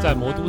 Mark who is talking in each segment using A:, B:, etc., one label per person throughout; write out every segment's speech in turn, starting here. A: 在魔都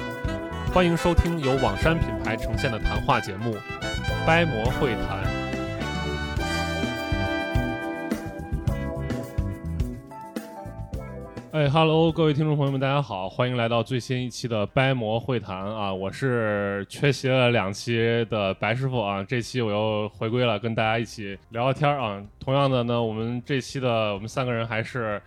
A: 欢迎收听由网山品牌呈现的谈话节目《掰馍会谈》。哎哈喽，各位听众朋友们，大家好，欢迎来到最新一期的掰馍会谈啊！我是缺席了两期的白师傅啊，这期我又回归了，跟大家一起聊聊天儿啊。同样的呢，我们这期的我们三个人还是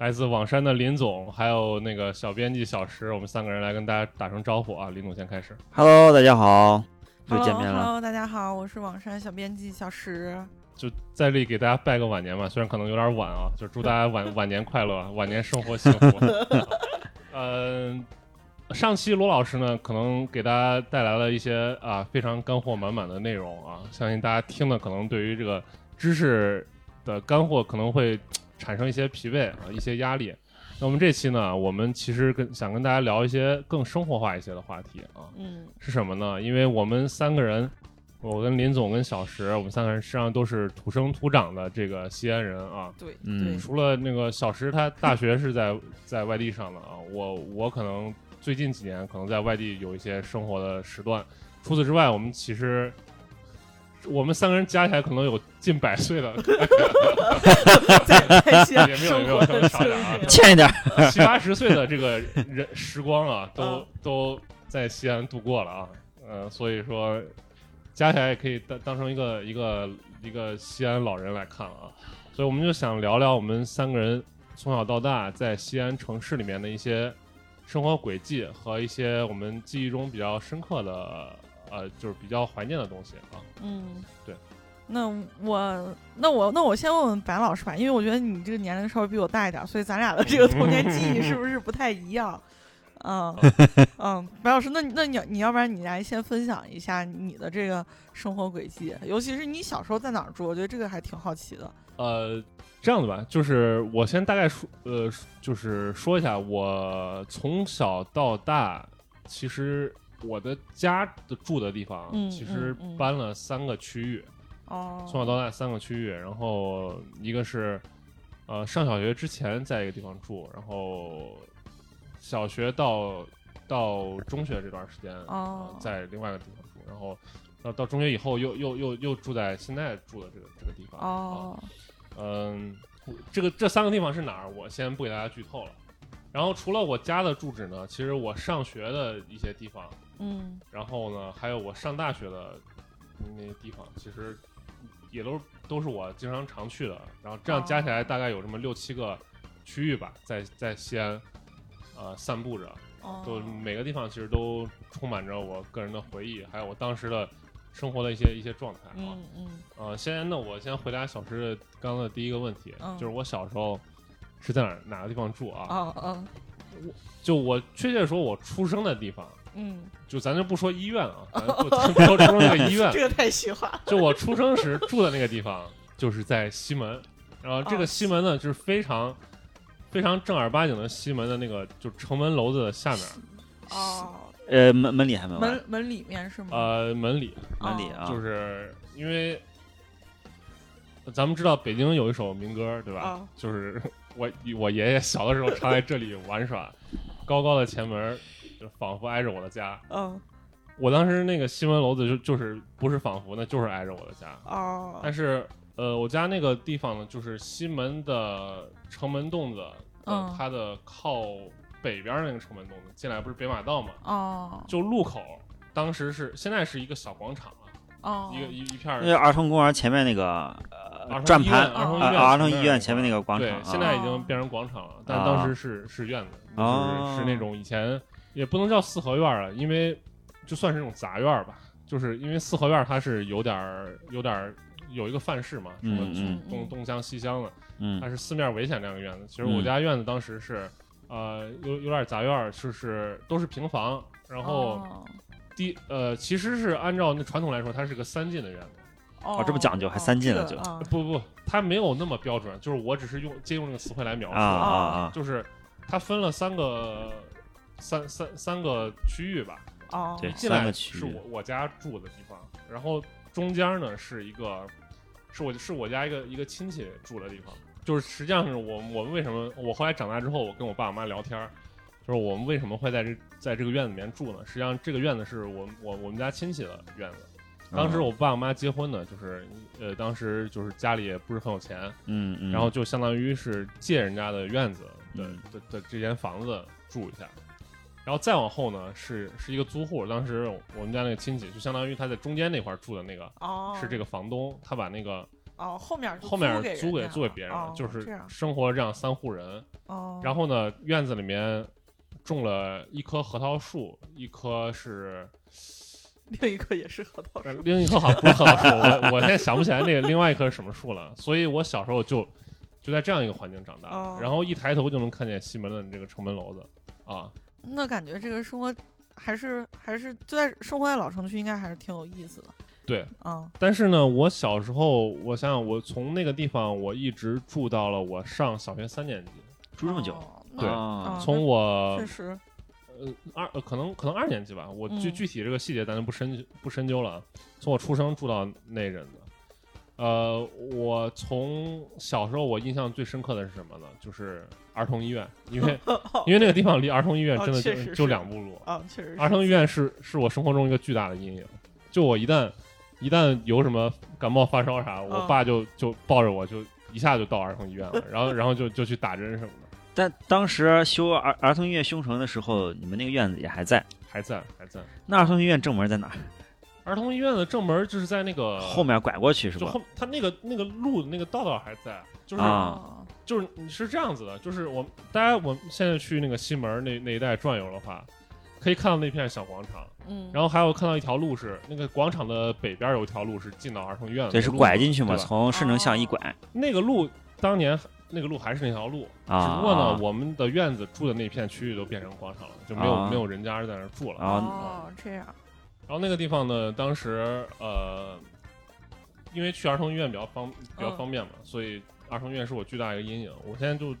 A: 来自网山的林总，还有那个小编辑小石，我们三个人来跟大家打声招呼啊。林总先开始。
B: Hello，大家好，又
C: Hello
B: 见面了。
C: Hello，大家好，我是网山小编辑小石。
A: 就在这里给大家拜个晚年吧，虽然可能有点晚啊，就祝大家晚晚年快乐，啊，晚年生活幸福。呃，上期罗老师呢，可能给大家带来了一些啊非常干货满满的内容啊，相信大家听了可能对于这个知识的干货可能会产生一些疲惫啊，一些压力。那我们这期呢，我们其实跟想跟大家聊一些更生活化一些的话题啊，
C: 嗯，
A: 是什么呢？因为我们三个人，我跟林总跟小石，我们三个人实际上都是土生土长的这个西安人啊。
C: 对，
B: 嗯
A: 除了那个小石，他大学是在在外地上的啊，我我可能最近几年可能在外地有一些生活的时段。除此之外，我们其实我们三个人加起来可能有近百岁的，
C: 对，在在西安
A: 也没有也
C: 生
A: 没有
C: 活
A: 稍微
C: 的
A: 差点啊
C: 经历
B: 欠一点儿。
A: 七八十岁的这个人时光啊，都
C: 嗯
A: 都在西安度过了啊，呃，所以说加起来也可以当当成一个一个一个西安老人来看了啊，所以我们就想聊聊我们三个人从小到大在西安城市里面的一些生活轨迹和一些我们记忆中比较深刻的呃，就是比较怀念的东西啊，
C: 嗯，
A: 对。
C: 那我那我那我先问问白老师吧，因为我觉得你这个年龄稍微比我大一点，所以咱俩的这个童年记忆是不是不太一样？ 嗯嗯，白老师，那你那你你要不然你来先分享一下你的这个生活轨迹，尤其是你小时候在哪儿住，我觉得这个还挺好奇的。
A: 呃，这样子吧，就是我先大概说，呃，就是说一下我从小到大，其实我的家的住的地方，
C: 嗯
A: 其实
C: 嗯嗯
A: 搬了三个区域，
C: 哦，
A: 从小到大三个区域，然后一个是呃上小学之前在一个地方住，然后小学到到中学这段时间，
C: 哦
A: 呃在另外一个地方住，然后到到中学以后又又又又住在现在住的这个这个地方，啊
C: 哦，
A: 嗯，这个这三个地方是哪儿？我先不给大家剧透了。然后除了我家的住址呢，其实我上学的一些地方，
C: 嗯
A: 然后呢，还有我上大学的那些地方，其实也都都是我经常常去的。然后这样
C: 哦
A: 加起来大概有这么六七个区域吧，在在西安，呃，散步着，
C: 哦，
A: 都每个地方其实都充满着我个人的回忆，还有我当时的生活的一些一些状态啊。
C: 嗯嗯
A: 呃，先那我先回答小石的刚刚的第一个问题，
C: 嗯
A: 就是我小时候是在哪儿哪个地方住啊？
C: 哦哦
A: 就我确切地说，我出生的地方，
C: 嗯，
A: 就咱就不说医院 啊，咱就咱不说出生那个医院，
C: 这个太虚化了。
A: 就我出生时住的那个地方，就是在西门。然后这个
C: 哦
A: 西门呢，就是非常非常正儿八经的西门的那个，就城门楼子的下面，
C: 哦，
B: 呃，门门里还门外，
C: 门门里面是吗？哦
A: 呃，门里，
B: 门里
A: 哦
B: 啊，
A: 就是因为咱们知道北京有一首民歌，对吧？
C: 啊
A: 就是我我爷爷小的时候常来这里玩耍，高高的前门就仿佛挨着我的家。
C: 嗯
A: 我当时那个西门楼子就就是不是仿佛，那就是挨着我的家。
C: 哦
A: 但是呃，我家那个地方呢，就是西门的城门洞子，呃
C: 嗯
A: 它的靠北边儿那个城门洞子进来不是北马道嘛，
C: 哦
A: 就路口。当时是现在是一个小广场了，
C: 哦，
A: 一个一一片儿
B: 那儿童公园前面那个
A: 儿
B: 呃
A: 童
B: 转
A: 医院
B: 盘，
A: 儿童
B: 呃
A: 医院
B: 儿童医院前面那
A: 个
B: 个广场
A: 对，现
B: 啊，
A: 在已经变成广场了，但当时是是院子，就是
B: 哦
A: 是那种以前也不能叫四合院了，因为就算是那种杂院吧，就是因为四合院它是有点儿有点儿有一个范式嘛，什么
B: 嗯嗯
A: 东东厢西厢的，它
B: 嗯
A: 是四面围起来那样一个院子。其实我
B: 嗯
A: 家院子当时是呃有有点杂院儿，就是都是平房，然后
C: 哦
A: 第呃其实是按照那传统来说，它是个三进的院子。啊
C: 哦
B: 这么讲究还
C: 哦
B: 三进了
C: 这个 啊
A: 不不，它没有那么标准，就是我只是用借用这个词汇来描述，
B: 啊啊啊！
A: 就是它分了三个三三三个区域吧，
C: 哦，
B: 对
A: 一进
B: 三
A: 来
B: 个区域
A: 是我我家住的地方，然后中间呢是一个是我是我家一个一个亲戚住的地方，就是实际上是我我们为什么我后来长大之后，我跟我爸我妈聊天儿，就是我们为什么会在这在这个院子里面住呢？实际上这个院子是我我我们家亲戚的院子。当
B: 嗯
A: 时我爸我妈结婚呢，就是呃，当时就是家里也不是很有钱，
B: 嗯嗯，
A: 然后就相当于是借人家的院子的、
B: 嗯
A: 的的这间房子住一下，然后再往后呢是是一个租户，当时我们家那个亲戚就相当于他在中间那块儿住的那个、
C: 哦
A: 是这个房东，他把那个
C: 哦，后面就
A: 后面租
C: 给
A: 给
C: 人
A: 租给别人了，
C: 哦
A: 就是
C: 这样
A: 生活这样三户人，
C: 哦，
A: 然后呢院子里面种了一棵核桃树，一棵是
C: 另一个也是核桃
A: 呃
C: 树，
A: 另一棵好像不是核桃树，我 我现在想不起来那个另外一棵是什么树了。所以我小时候就就在这样一个环境长大，
C: 哦
A: 然后一抬头就能看见西门的这个城门楼子啊。
C: 那感觉这个生活还是还是就在生活在老城区，应该还是挺有意思的。
A: 对，
C: 嗯，
A: 但是呢，我小时候，我想想，我从那个地方我一直住到了我上小学三年级，
B: 住这么久，
C: 哦那
A: 对嗯
B: 啊
C: 哦
A: 从我
C: 确实，
A: 呃二呃可能可能二年级吧，我具、
C: 嗯
A: 具体这个细节咱就不深不深究了啊。从我出生住到那阵子，呃，我从小时候我印象最深刻的是什么呢？就是儿童医院，因 为因为那个地方离儿童医院
C: 哦
A: 真的就、
C: 确实是
A: 就两步路。
C: 啊，确实是
A: 儿童医院是是我生活中一个巨大的阴影，就我一旦一旦有什么感冒发烧啥，我
C: 嗯
A: 爸就就抱着我就一下就到儿童医院了，然后然后就就去打针什么的，
B: 但当时修儿儿童医院修成的时候，你们那个院子也还在。
A: 还在还在。
B: 那儿童医院正门在哪儿？
A: 儿童医院的正门就是在那个
B: 后面拐过去是
A: 呃就
B: 吧？
A: 后他那个那个路那个道道还在，就是、
B: 啊
C: 哦
A: 就是你是这样子的，就是我们大家我们现在去那个西门那那一带转悠的话，可以看到那片小广场，
C: 嗯，
A: 然后还有看到一条路是那个广场的北边有一条路是进到儿童医院的，
B: 对，是拐进去嘛，
A: 嘛，对吧
B: 从顺城巷一拐
A: 那个路当年那个路还是那条路，
B: 啊。
A: 只不过呢，我们的院子住的那片区域都变成广场了，就没有、
B: 啊
A: 没有人家在那儿住了。啊
B: 然后
C: 哦，这样
A: 然后那个地方呢，当时呃，因为去儿童医院比较方比较
C: 嗯
A: 方便嘛，所以儿童医院是我巨大一个阴影。我现在就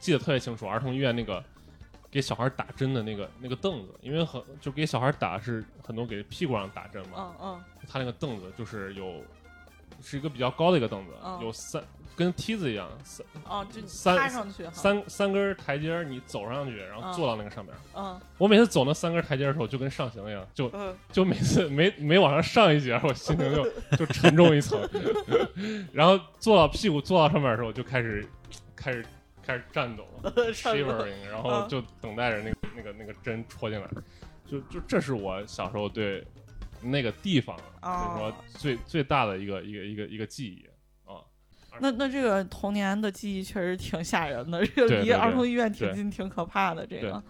A: 记得特别清楚，儿童医院那个给小孩打针的那个那个凳子，因为很就给小孩打是很多给屁股上打针嘛，
C: 嗯嗯
A: 他那个凳子就是有是一个比较高的一个凳子，
C: 嗯
A: 有三跟梯子一样，三
C: 哦，就
A: 三
C: 插上去哈，
A: 三三根台阶儿你走上去，然后
C: 嗯
A: 坐到那个上面。
C: 嗯
A: 我每次走那三根台阶儿的时候，就跟上刑一样，就
C: 嗯
A: 就每次 每每往上上一节，我心情就 就沉重一层， 然后坐到屁股坐到上面的时候，我就开始开始开始颤抖
C: 颤抖
A: ，shivering，然后就等待着那个那个那个针戳进来，就就这是我小时候对那个地方
C: 哦
A: 所以说最最大的一个一个一个一个记忆啊，
C: 那那这个童年的记忆确实挺吓人的，
A: 对
C: 这个离
A: 对
C: 儿
A: 对
C: 童医院挺
A: 对
C: 近，挺可怕的。这
A: 对
C: 个，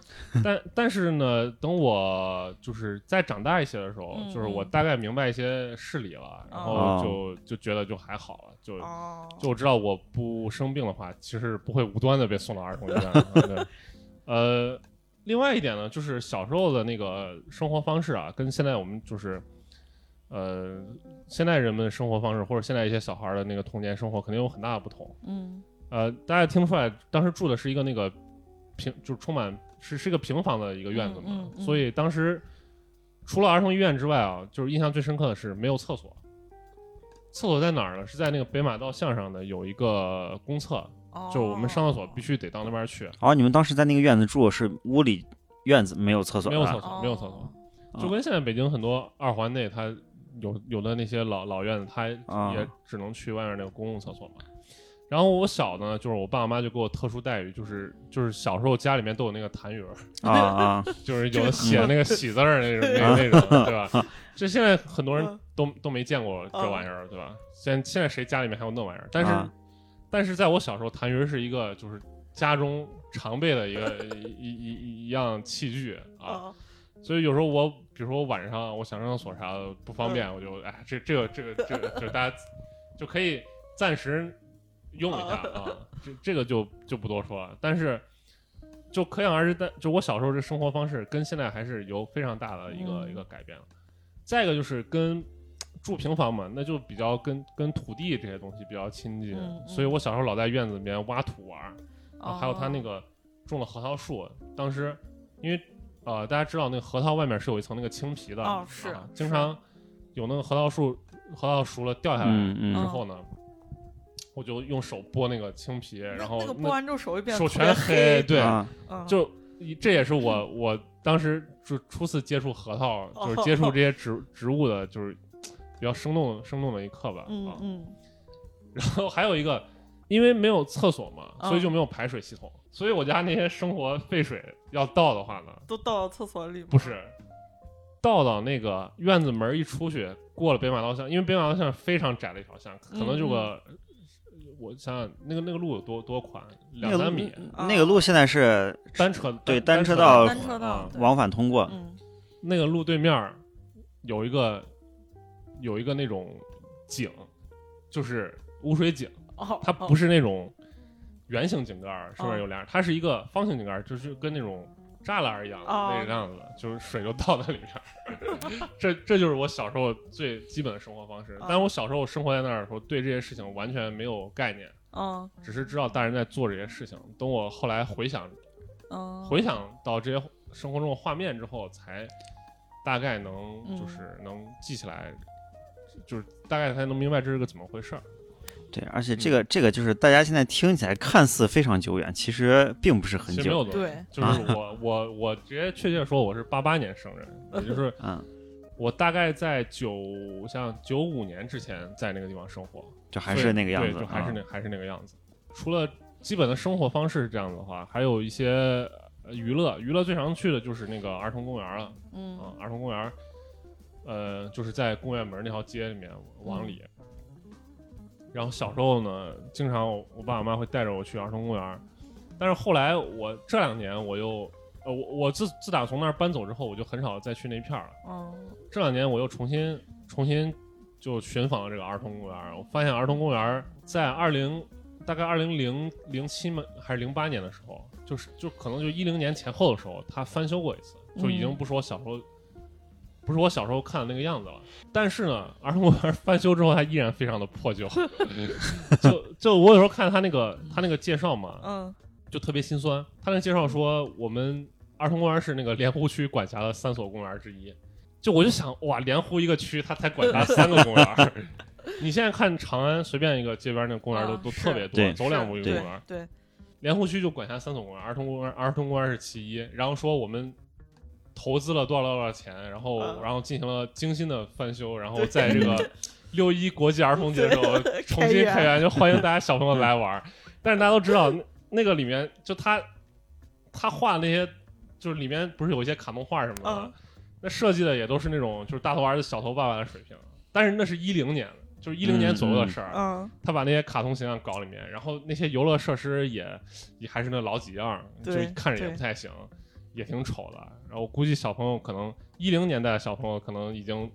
A: 但但是呢，等我就是再长大一些的时候，
C: 嗯
A: 就是我大概明白一些事理了，然后就就觉得就还好了，就。
C: 哦，
A: 就我知道我不生病的话，其实不会无端的被送到儿童医院。啊对，呃，另外一点呢，就是小时候的那个生活方式啊，跟现在我们就是，呃，现在人们的生活方式或者现在一些小孩儿的那个童年生活肯定有很大的不同。
C: 嗯
A: 呃，大家听出来，当时住的是一个那个平，就是充满是是一个平房的一个院子嘛，
C: 嗯嗯嗯
A: 所以当时除了儿童医院之外啊，就是印象最深刻的是没有厕所。厕所在哪儿呢？是在那个北马道巷上的有一个公厕，
C: 哦，
A: 就是我们上厕所必须得到那边去，
B: 哦，你们当时在那个院子住，是屋里院子没有厕所
A: 没有
B: 的，
A: 厕所，
C: 哦
A: 没有厕所，就跟现在北京很多二环内它有有的那些老老院子，它
B: 啊
A: 也只能去外面那个公共厕所嘛。然后我小呢，就是我爸妈就给我特殊待遇，就是就是小时候家里面都有那个痰盂儿，
B: 啊啊，
A: 就是有的写那个喜字儿那种那那种，对吧？这现在很多人都都没见过这玩意儿，对吧？现现在谁家里面还有那玩意儿？但是
B: 啊
A: 但是在我小时候，痰盂是一个就是家中常备的一个一一一一样器具啊，
C: 哦
A: 所以有时候我比如说我晚上我想上厕所啥的不
C: 嗯
A: 方便，我就哎这这个这个这个就是大家就可以
C: 嗯
A: 暂时用一下啊，这这个就就不多说了。但是就可想而知的，就我小时候这生活方式跟现在还是有非常大的一个、
C: 嗯
A: 一个改变了。再一个就是跟住平房嘛，那就比较跟跟土地这些东西比较亲近，
C: 嗯嗯
A: 所以我小时候老在院子里面挖土玩儿，啊
C: 哦
A: 还有他那个种了核桃树，当时因为呃大家知道那个核桃外面是有一层那个青皮的，
C: 哦是
A: 啊经常有那个核桃树核桃熟了掉下来
B: 嗯
A: 之
B: 嗯，
A: 后呢，我就用手剥那个青皮，
C: 那
A: 然后
C: 那个剥完之后手就变得
A: 手
C: 特别
A: 全黑，
C: 黑，
A: 对，
B: 啊，
C: 嗯
A: 就这也是我我当时就初次接触核桃，
C: 哦
A: 就是接触这些植植物的，就是比较生动生动的一刻吧。
C: 嗯
A: 啊，
C: 嗯
A: 然后还有一个，因为没有厕所嘛，
C: 嗯
A: 所以就没有排水系统，所以我家那些生活废水要倒的话呢，
C: 都倒到厕所里吗
A: 不是倒到那个院子门一出去，过了北马道巷，因为北马道巷非常窄的一条巷，可能
C: 嗯
A: 就个。我想想，那个那个路有多多宽，两三米，
C: 啊
B: 那个路现在是
A: 单车
B: 对
A: 单
B: 单车
A: 道
B: 道
C: 单车道
A: 啊
C: 对
B: 往返通过，
C: 嗯
A: 那个路对面儿有一个有一个那种井，就是污水井，
C: 哦
A: 它不是那种圆形井盖儿，上面
C: 哦
A: 有俩，它是一个方形井盖儿，就是跟那种栅栏儿一样的
C: 哦
A: 那个样子，就是水就倒在里面儿。这这就是我小时候最基本的生活方式
C: 哦。
A: 但我小时候生活在那儿的时候，对这些事情完全没有概念，
C: 嗯
A: 只是知道大人在做这些事情。等我后来回想
C: 嗯
A: 回想到这些生活中的画面之后，才大概能
C: 嗯
A: 就是能记起来，就是大概才能明白这是个怎么回事儿。
B: 对，而
A: 嗯
B: 且这个这个就是大家现在听起来看似非常久远，其实并不是很
A: 其实没
B: 久，
A: 有多久，
C: 对
A: 就是 我我我直接确切地说我是八八年生人，也就是
B: 嗯，
A: 我大概在九像九五年之前在那个地方生活，
B: 就还是那个样
A: 对，
B: 子，
A: 就还是
B: 啊
A: 那还是那个样子。除了基本的生活方式是这样子的话，还有一些呃娱乐，娱乐最常去的就是那个儿童公园了。啊
C: 嗯，
A: 儿童公园儿，呃，就是在公园门儿那条街里面往里。然后小时候呢，经常我我爸我妈会带着我去儿童公园儿，但是后来我这两年我又，呃，我我自自打从那儿搬走之后，我就很少再去那片儿了。
C: 嗯
A: 这两年我又重新重新就寻访了这个儿童公园儿，我发现儿童公园儿在二零大概二零零零七嘛还是零八年的时候，就是就可能就一零年前后的时候，它翻修过一次，就已经
C: 嗯
A: 不是我小时候。不是我小时候看的那个样子了，但是呢，儿童公园儿翻修之后，它依然非常的破旧。就就我有时候看它那个它那个介绍嘛，
C: 嗯
A: 就特别心酸。他那介绍说，我们儿童公园是那个莲湖区管辖的三所公园之一。就我就想，哇，莲湖一个区，它才管辖三个公园。 你现在看长安随便一个街边那个公园都、
C: 啊
A: 都
C: 是
A: 特别多，
B: 对
A: 走两步一个
C: 对
A: 公园。
C: 对
A: 莲湖区就管辖三所公园，儿童公园儿童公园是其一。然后说我们投资了多少多少钱，然后、
C: 啊
A: 然后进行了精心的翻修，然后
C: 对
A: 在这 个六一国际儿童节的时候
C: 对
A: 重新
C: 开
A: 开园，就欢迎大家小朋友来玩儿。但是大家都知道，那那个里面就他他画那些，就是里面不是有一些卡通画什么的吗，
C: 嗯
A: 那设计的也都是那种就是大头儿子小头爸爸的水平。但是那是一零年，就是一零年左右的事儿。
C: 嗯
A: 他把那些卡通形象搞里面，然后那些游乐设施也也还是那老几样儿，就
C: 对
A: 看着也
C: 对
A: 不太行，也挺丑的。然后我估计小朋友可能一零年代的小朋友可能已经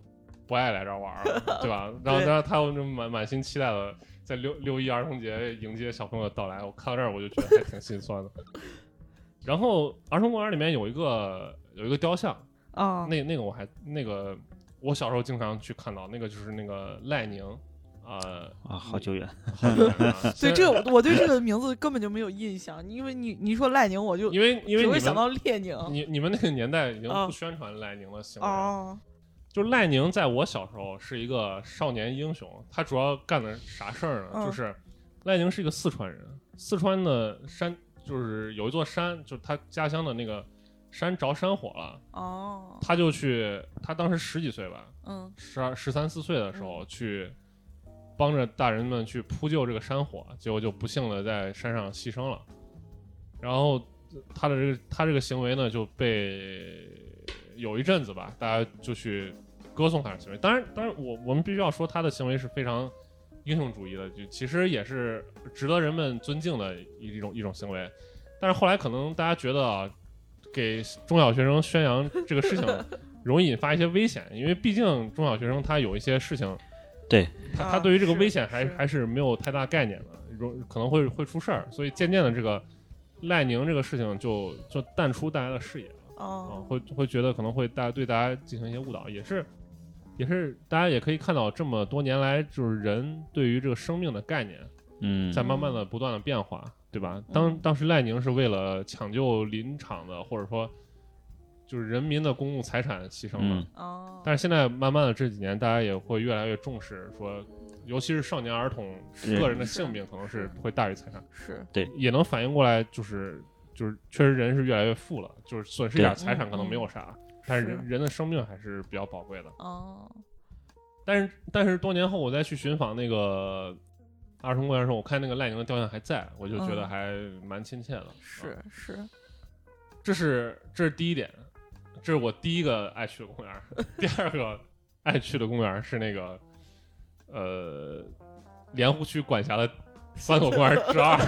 A: 不爱来这儿玩儿了，对 吧？然后
C: 对
A: 然后他们就满满心期待的在六六一儿童节迎接小朋友的到来，我看到这儿我就觉得还挺心 酸的。然后儿童公园里面有一个有一个雕像，
C: 嗯
A: 那那个我还那个我小时候经常去看到，那个就是那个赖宁。呃，
B: 啊，好久远，
A: 好久远了
C: 对
A: 现在
C: 这个我对这个名字根本就没有印象，因为你你说赖宁，我就
A: 因为因为
C: 只
A: 你
C: 会
A: 们
C: 想到列宁。
A: 你你们那个年代已经
C: 哦
A: 不宣传赖宁的行为了，
C: 哦，
A: 就赖宁在我小时候是一个少年英雄，他主要干的啥事儿呢？
C: 嗯
A: 就是赖宁是一个四川人，四川的山就是有一座山，就是他家乡的那个山着山火了，
C: 哦，
A: 他就去，他当时十几岁吧，
C: 嗯
A: 十二十三四岁的时候去帮着大人们去扑救这个山火，结果就不幸的在山上牺牲了。然后呃他的这个他这个行为呢，就被有一阵子吧，大家就去歌颂他的行为。当然，当然我我们必须要说他的行为是非常英雄主义的，就其实也是值得人们尊敬的一种一种行为。但是后来可能大家觉得啊，给中小学生宣扬这个 事情容易引发一些危险，因为毕竟中小学生他有一些事情，
B: 对
A: 他
C: 啊
A: 他对于这个
C: 是
A: 危险还
C: 是
A: 还是没有太大概念的，容可能会会出事儿，所以渐渐的这个赖宁这个事情就就淡出大家的视野了啊，
C: 哦，
A: 会会觉得可能会大家对大家进行一些误导，也是也是大家也可以看到这么多年来就是人对于这个生命的概念
B: 嗯，
A: 在慢慢的不断的变化，对吧？当当时赖宁是为了抢救林场的或者说就是人民的公共财产牺牲的
B: 嗯，
C: 哦，
A: 但是现在慢慢的这几年，大家也会越来越重视说，尤其是少年儿童
B: 是
A: 个人的性命可能是会大于财产，
C: 是
A: 也能反映过来，就是就是确实人是越来越富了，就是损失一点
B: 对
A: 财产
C: 嗯
A: 可能没有啥，但是人人的生命还是比较宝贵的。
C: 哦，
A: 但是但是多年后我再去寻访那个儿童公园的时候，我看那个赖宁的雕像还在，我就觉得
C: 嗯
A: 还蛮亲切的。啊
C: 是是，嗯
A: 这是这是第一点，这是我第一个爱去的公园儿。 第二个爱去的公园儿是那个呃莲湖区管辖的三所公园儿之二，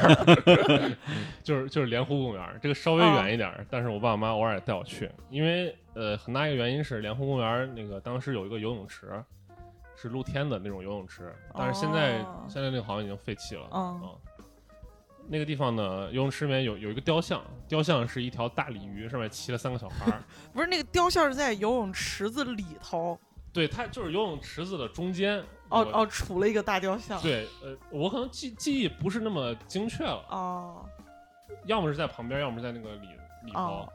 A: 就是就是莲湖公园儿。这个稍微远一点儿，但是我爸妈偶尔也带我去，因为呃很大一个原因是莲湖公园儿那个当时有一个游泳池。是露天的那种游泳池，但是现在、
C: 哦
A: 现在那个好像已经废弃了。
C: 嗯
A: 啊那个地方呢，游泳池里面有有一个雕像，雕像是一条大鲤鱼，上面骑了三个小孩儿。
C: 不是那个雕像是在游泳池子里头，
A: 对，它就是游泳池子的中间。我
C: 哦哦，杵了一个大雕像，
A: 对，呃，我可能记记忆不是那么精确了，
C: 哦
A: 要么是在旁边，要么是在那个里里头。
C: 哦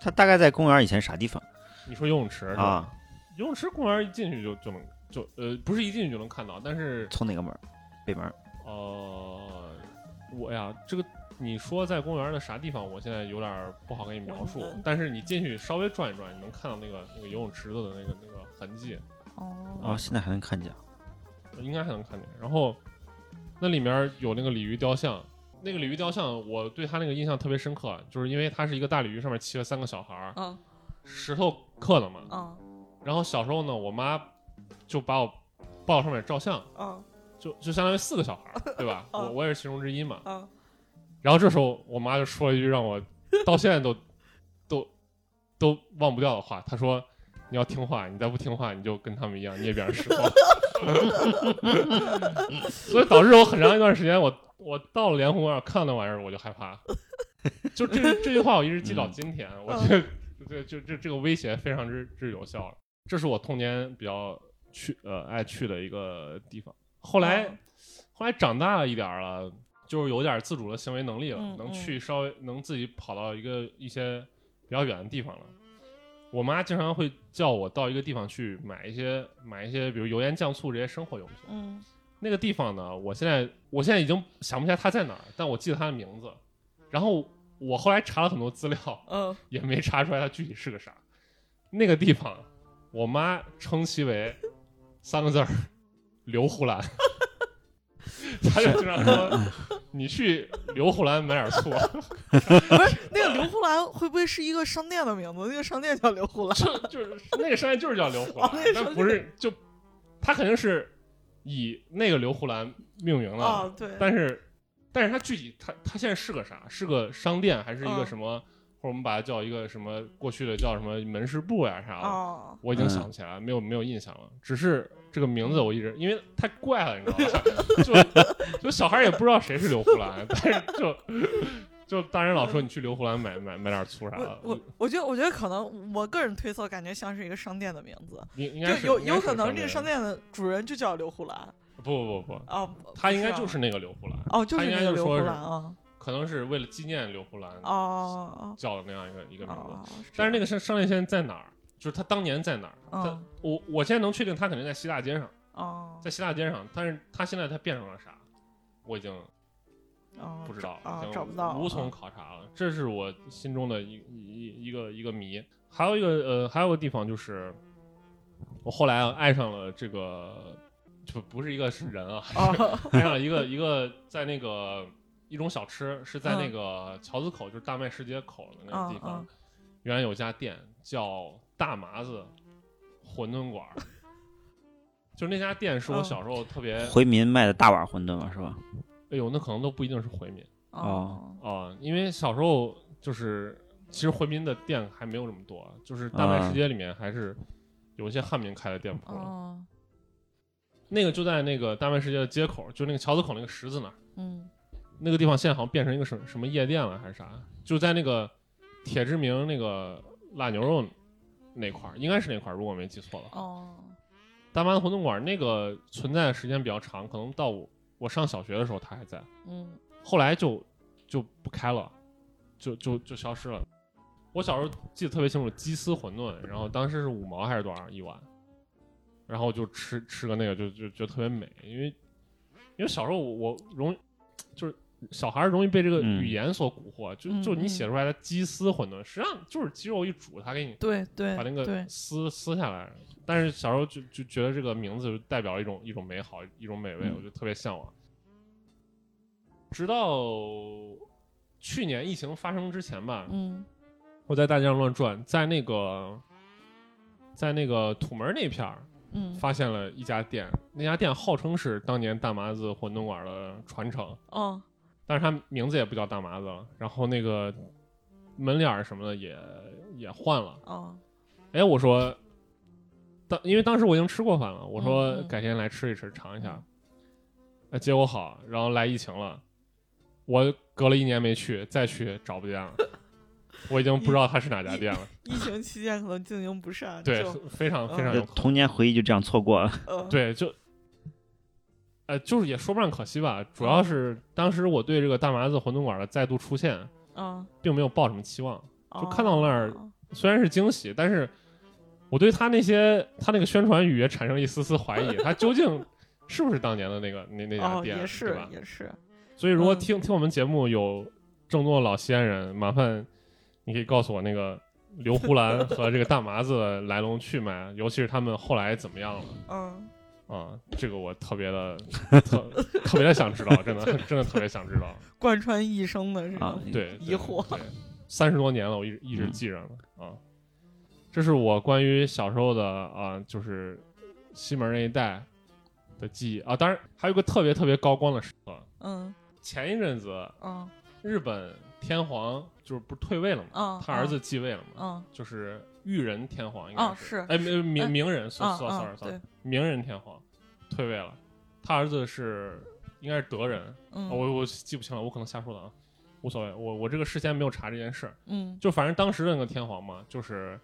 B: 它大概在公园以前啥地方
A: 你说游泳池是吧？
B: 啊？
A: 游泳池公园一进去就就能就呃，不是一进去就能看到，但是
B: 从哪个门儿？北门儿。
A: 呃，我呀，这个你说在公园的啥地方，我现在有点不好给你描述
C: 我嗯们。
A: 但是你进去稍微转一转，你能看到那个那个游泳池子的那个那个痕迹，嗯
C: 哦，
B: 哦，现在还能看见。
A: 应该还能看见。然后那里面有那个鲤鱼雕像，那个鲤鱼雕像，我对它那个印象特别深刻，啊就是因为它是一个大鲤鱼，上面骑了三个小孩儿，
C: 嗯
A: 石头刻的嘛。
C: 嗯
A: 然后小时候呢，我妈就把我抱上面照相，
C: 嗯
A: 就就相当于四个小孩儿，对吧？
C: 嗯
A: 我我也是其中之一嘛。
C: 嗯，
A: 然后这时候我妈就说了一句让我到现在都都都忘不掉的话，她说：“你要听话，你再不听话，你就跟他们一样，你也变成石头。” 所以导致我很长一段时间，我我到了莲湖公园看到那玩意儿，我就害怕。就这这句话，我一直记到今天。我觉得这就这这个威胁非常之之有效了。这是我童年比较去呃爱去的一个地方。后来、
C: 嗯
A: 后来长大了一点儿了，就是有点儿自主的行为能力了，
C: 嗯
A: 能去稍微能自己跑到一个一些比较远的地方了。我妈经常会叫我到一个地方去买一些买一些，比如油盐酱醋这些生活用品。
C: 嗯
A: 那个地方呢，我现在我现在已经想不起来它在哪儿，但我记得它的名字。然后我后来查了很多资料，
C: 嗯
A: 也没查出来它具体是个啥。那个地方，我妈称其为三个字儿“刘胡兰”，她就经常说：“你去刘胡兰买点醋。啊
C: 那个刘胡兰会不会是一个商店的名字？那个商店叫刘胡兰，
A: 就”就是那个商店就是叫刘胡
C: 哦
A: 兰
C: 那个，商
A: 但
C: 店
A: 不是就他肯定是以那个刘胡兰命名
C: 哦
A: 了，
C: 对，
A: 但是但是它具体它它现在是个啥？是个商店还是一个
C: 嗯
A: 什么？或者我们把它叫一个什么？过去的叫什么门市部呀、啥的？
C: 哦
A: 我已经想不起来，没有没有印象了。只是这个名字我一直因为太怪了，你 知道吧？就就小孩也不知道谁是刘胡兰，但是就就大人老说你去刘胡兰买买买点醋啥
C: 我
A: 的，
C: 我我觉得，我觉得可能我个人推测，感觉像是一个商店的名字，
A: 应应该
C: 就是有
A: 应该
C: 有
A: 是
C: 可能这个商
A: 商店
C: 店的主人就叫刘胡兰
A: 不不不不，
C: 哦，
A: 他应该
C: 不
A: 就是那个刘胡兰，
C: 哦，就
A: 他
C: 是
A: 应
C: 那
A: 该就
C: 个刘胡
A: 说是
C: 兰啊，
A: 可能是为了纪念刘胡兰
C: 哦
A: 叫的那样一个一个
C: 哦
A: 名字。
C: 哦，
A: 但是那
C: 个
A: 个商商店现在在哪儿？就是他当年在哪儿？他
C: 嗯
A: 我我现在能确定他肯定在西大街上，
C: 哦
A: 在西大街上，但是他现在他变成了啥？我已经
C: 哦
A: 不知道
C: 啊
A: 已经
C: 找不到
A: 无从考察了。这是我心中的一一一个一个谜。还有一个呃，还有个地方就是，我后来啊爱上了这个，就不是一个是人啊，
C: 哦
A: 爱上了一个一个在那个一种小吃是在那个桥子口，就是大麦市街口的那个地
C: 嗯
A: 方，原来有家店叫大麻子馄饨馆儿， 就是那家店是我
C: 嗯
A: 小时候特别，
B: 回民卖的大碗馄饨嘛，是吧？
A: 哎呦，那可能都不一定是回民。
C: 哦
A: 啊、因为小时候就是，其实回民的店还没有这么多，就是大麦
B: 啊
A: 市街里面还是有一些汉民开的店铺的。
C: 哦
A: 那个就在那个大麦市街的街口，就那个桥子口那个十字那儿，
C: 嗯
A: 那个地方现在好像变成一个什什么夜店了还是啥，就在那个铁志明那个辣牛肉那块儿，应该是那块儿，如果我没记错的话。
C: 哦，
A: 大妈的馄饨馆那个存在的时间比较长，可能到我我上小学的时候它还在，
C: 嗯
A: 后来就就不开了，就就就消失了。我小时候记得特别清楚，鸡丝馄饨，然后当时是五毛还是多少一碗，然后就吃吃个那个就就就特别美，因为因为小时候我我容易就是小孩儿容易被这个
B: 嗯
A: 语言所蛊惑，就
C: 嗯
A: 就你
C: 嗯
A: 写出来的鸡丝馄饨，实际上就是鸡肉一煮，它给你
C: 对对
A: 把那
C: 对
A: 个，撕撕下来。但是小时候就就觉得这个名字就代表了一种一种美好，一种美味，
B: 嗯
A: 我就特别向往。直到去年疫情发生之前吧，
C: 嗯
A: 我在大街上乱转，在那个在那个土门那片儿
C: 嗯
A: 发现了一家店，那家店号称是当年大麻子馄饨馆的传承，
C: 哦
A: 但是它名字也不叫大麻子了，然后那个门脸儿什么的也也换了。
C: 哦
A: 哎，我说，当因为当时我已经吃过饭了，我说
C: 嗯嗯
A: 改天来吃一吃，尝一下。呃，结果好，然后来疫情了，我隔了一年没去，再去找不见了，我已经不知道它是哪家店了。
C: 疫情期间可能经营不善，
A: 对
C: 就，
A: 非常非常
B: 这
A: 有可能。
B: 童年回忆就这样错过了。
C: 呃，
A: 对，就，呃，就是也说不上可惜吧，主要是当时我对这个大麻子馄饨馆的再度出现，
C: 嗯，
A: 并没有抱什么期望。就
C: 哦
A: 看到那儿虽然是惊喜，但是我对他那些他那个宣传语也产生了一丝丝怀疑，他究竟是不是当年的那个那那家
C: 哦，
A: 店，
C: 也
A: 对
C: 是
A: 吧？
C: 也是，
A: 所以如果
C: 嗯
A: 听、听我们节目有郑州的老西安人，麻烦你可以告诉我那个刘胡兰 和这个大麻子的来龙去脉，尤其是他们后来怎么样了
C: 嗯，
A: 啊、这个我特别的特特别的想知道，真的 真的特别想知道。
C: 贯穿一生的这种
B: 啊，
A: 嗯对，
C: 嗯疑惑
A: 三十多年了，我一直一直
B: 嗯
A: 记着呢、啊。这是我关于小时候的啊，就是西门那一带的记忆啊。当然，还有个特别特别高光的时刻，
C: 嗯
A: 前一阵子
C: 嗯
A: 日本天皇就是不是退位了吗？
C: 嗯，
A: 他儿子继位了嘛，
C: 嗯，
A: 就是裕仁天皇应该
C: 嗯
A: 是，
C: 是
A: 哎，没明
C: 哎
A: 明仁，sorry
C: 嗯
A: sorry
C: 嗯
A: sorry，
C: 对，
A: 明仁天皇退位了，他儿子是应该是德人，啊
C: 嗯
A: 我我记不清了，我可能瞎说的啊，无所谓，我我这个事先没有查这件事儿。
C: 嗯
A: 就反正当时的那个天皇嘛，就是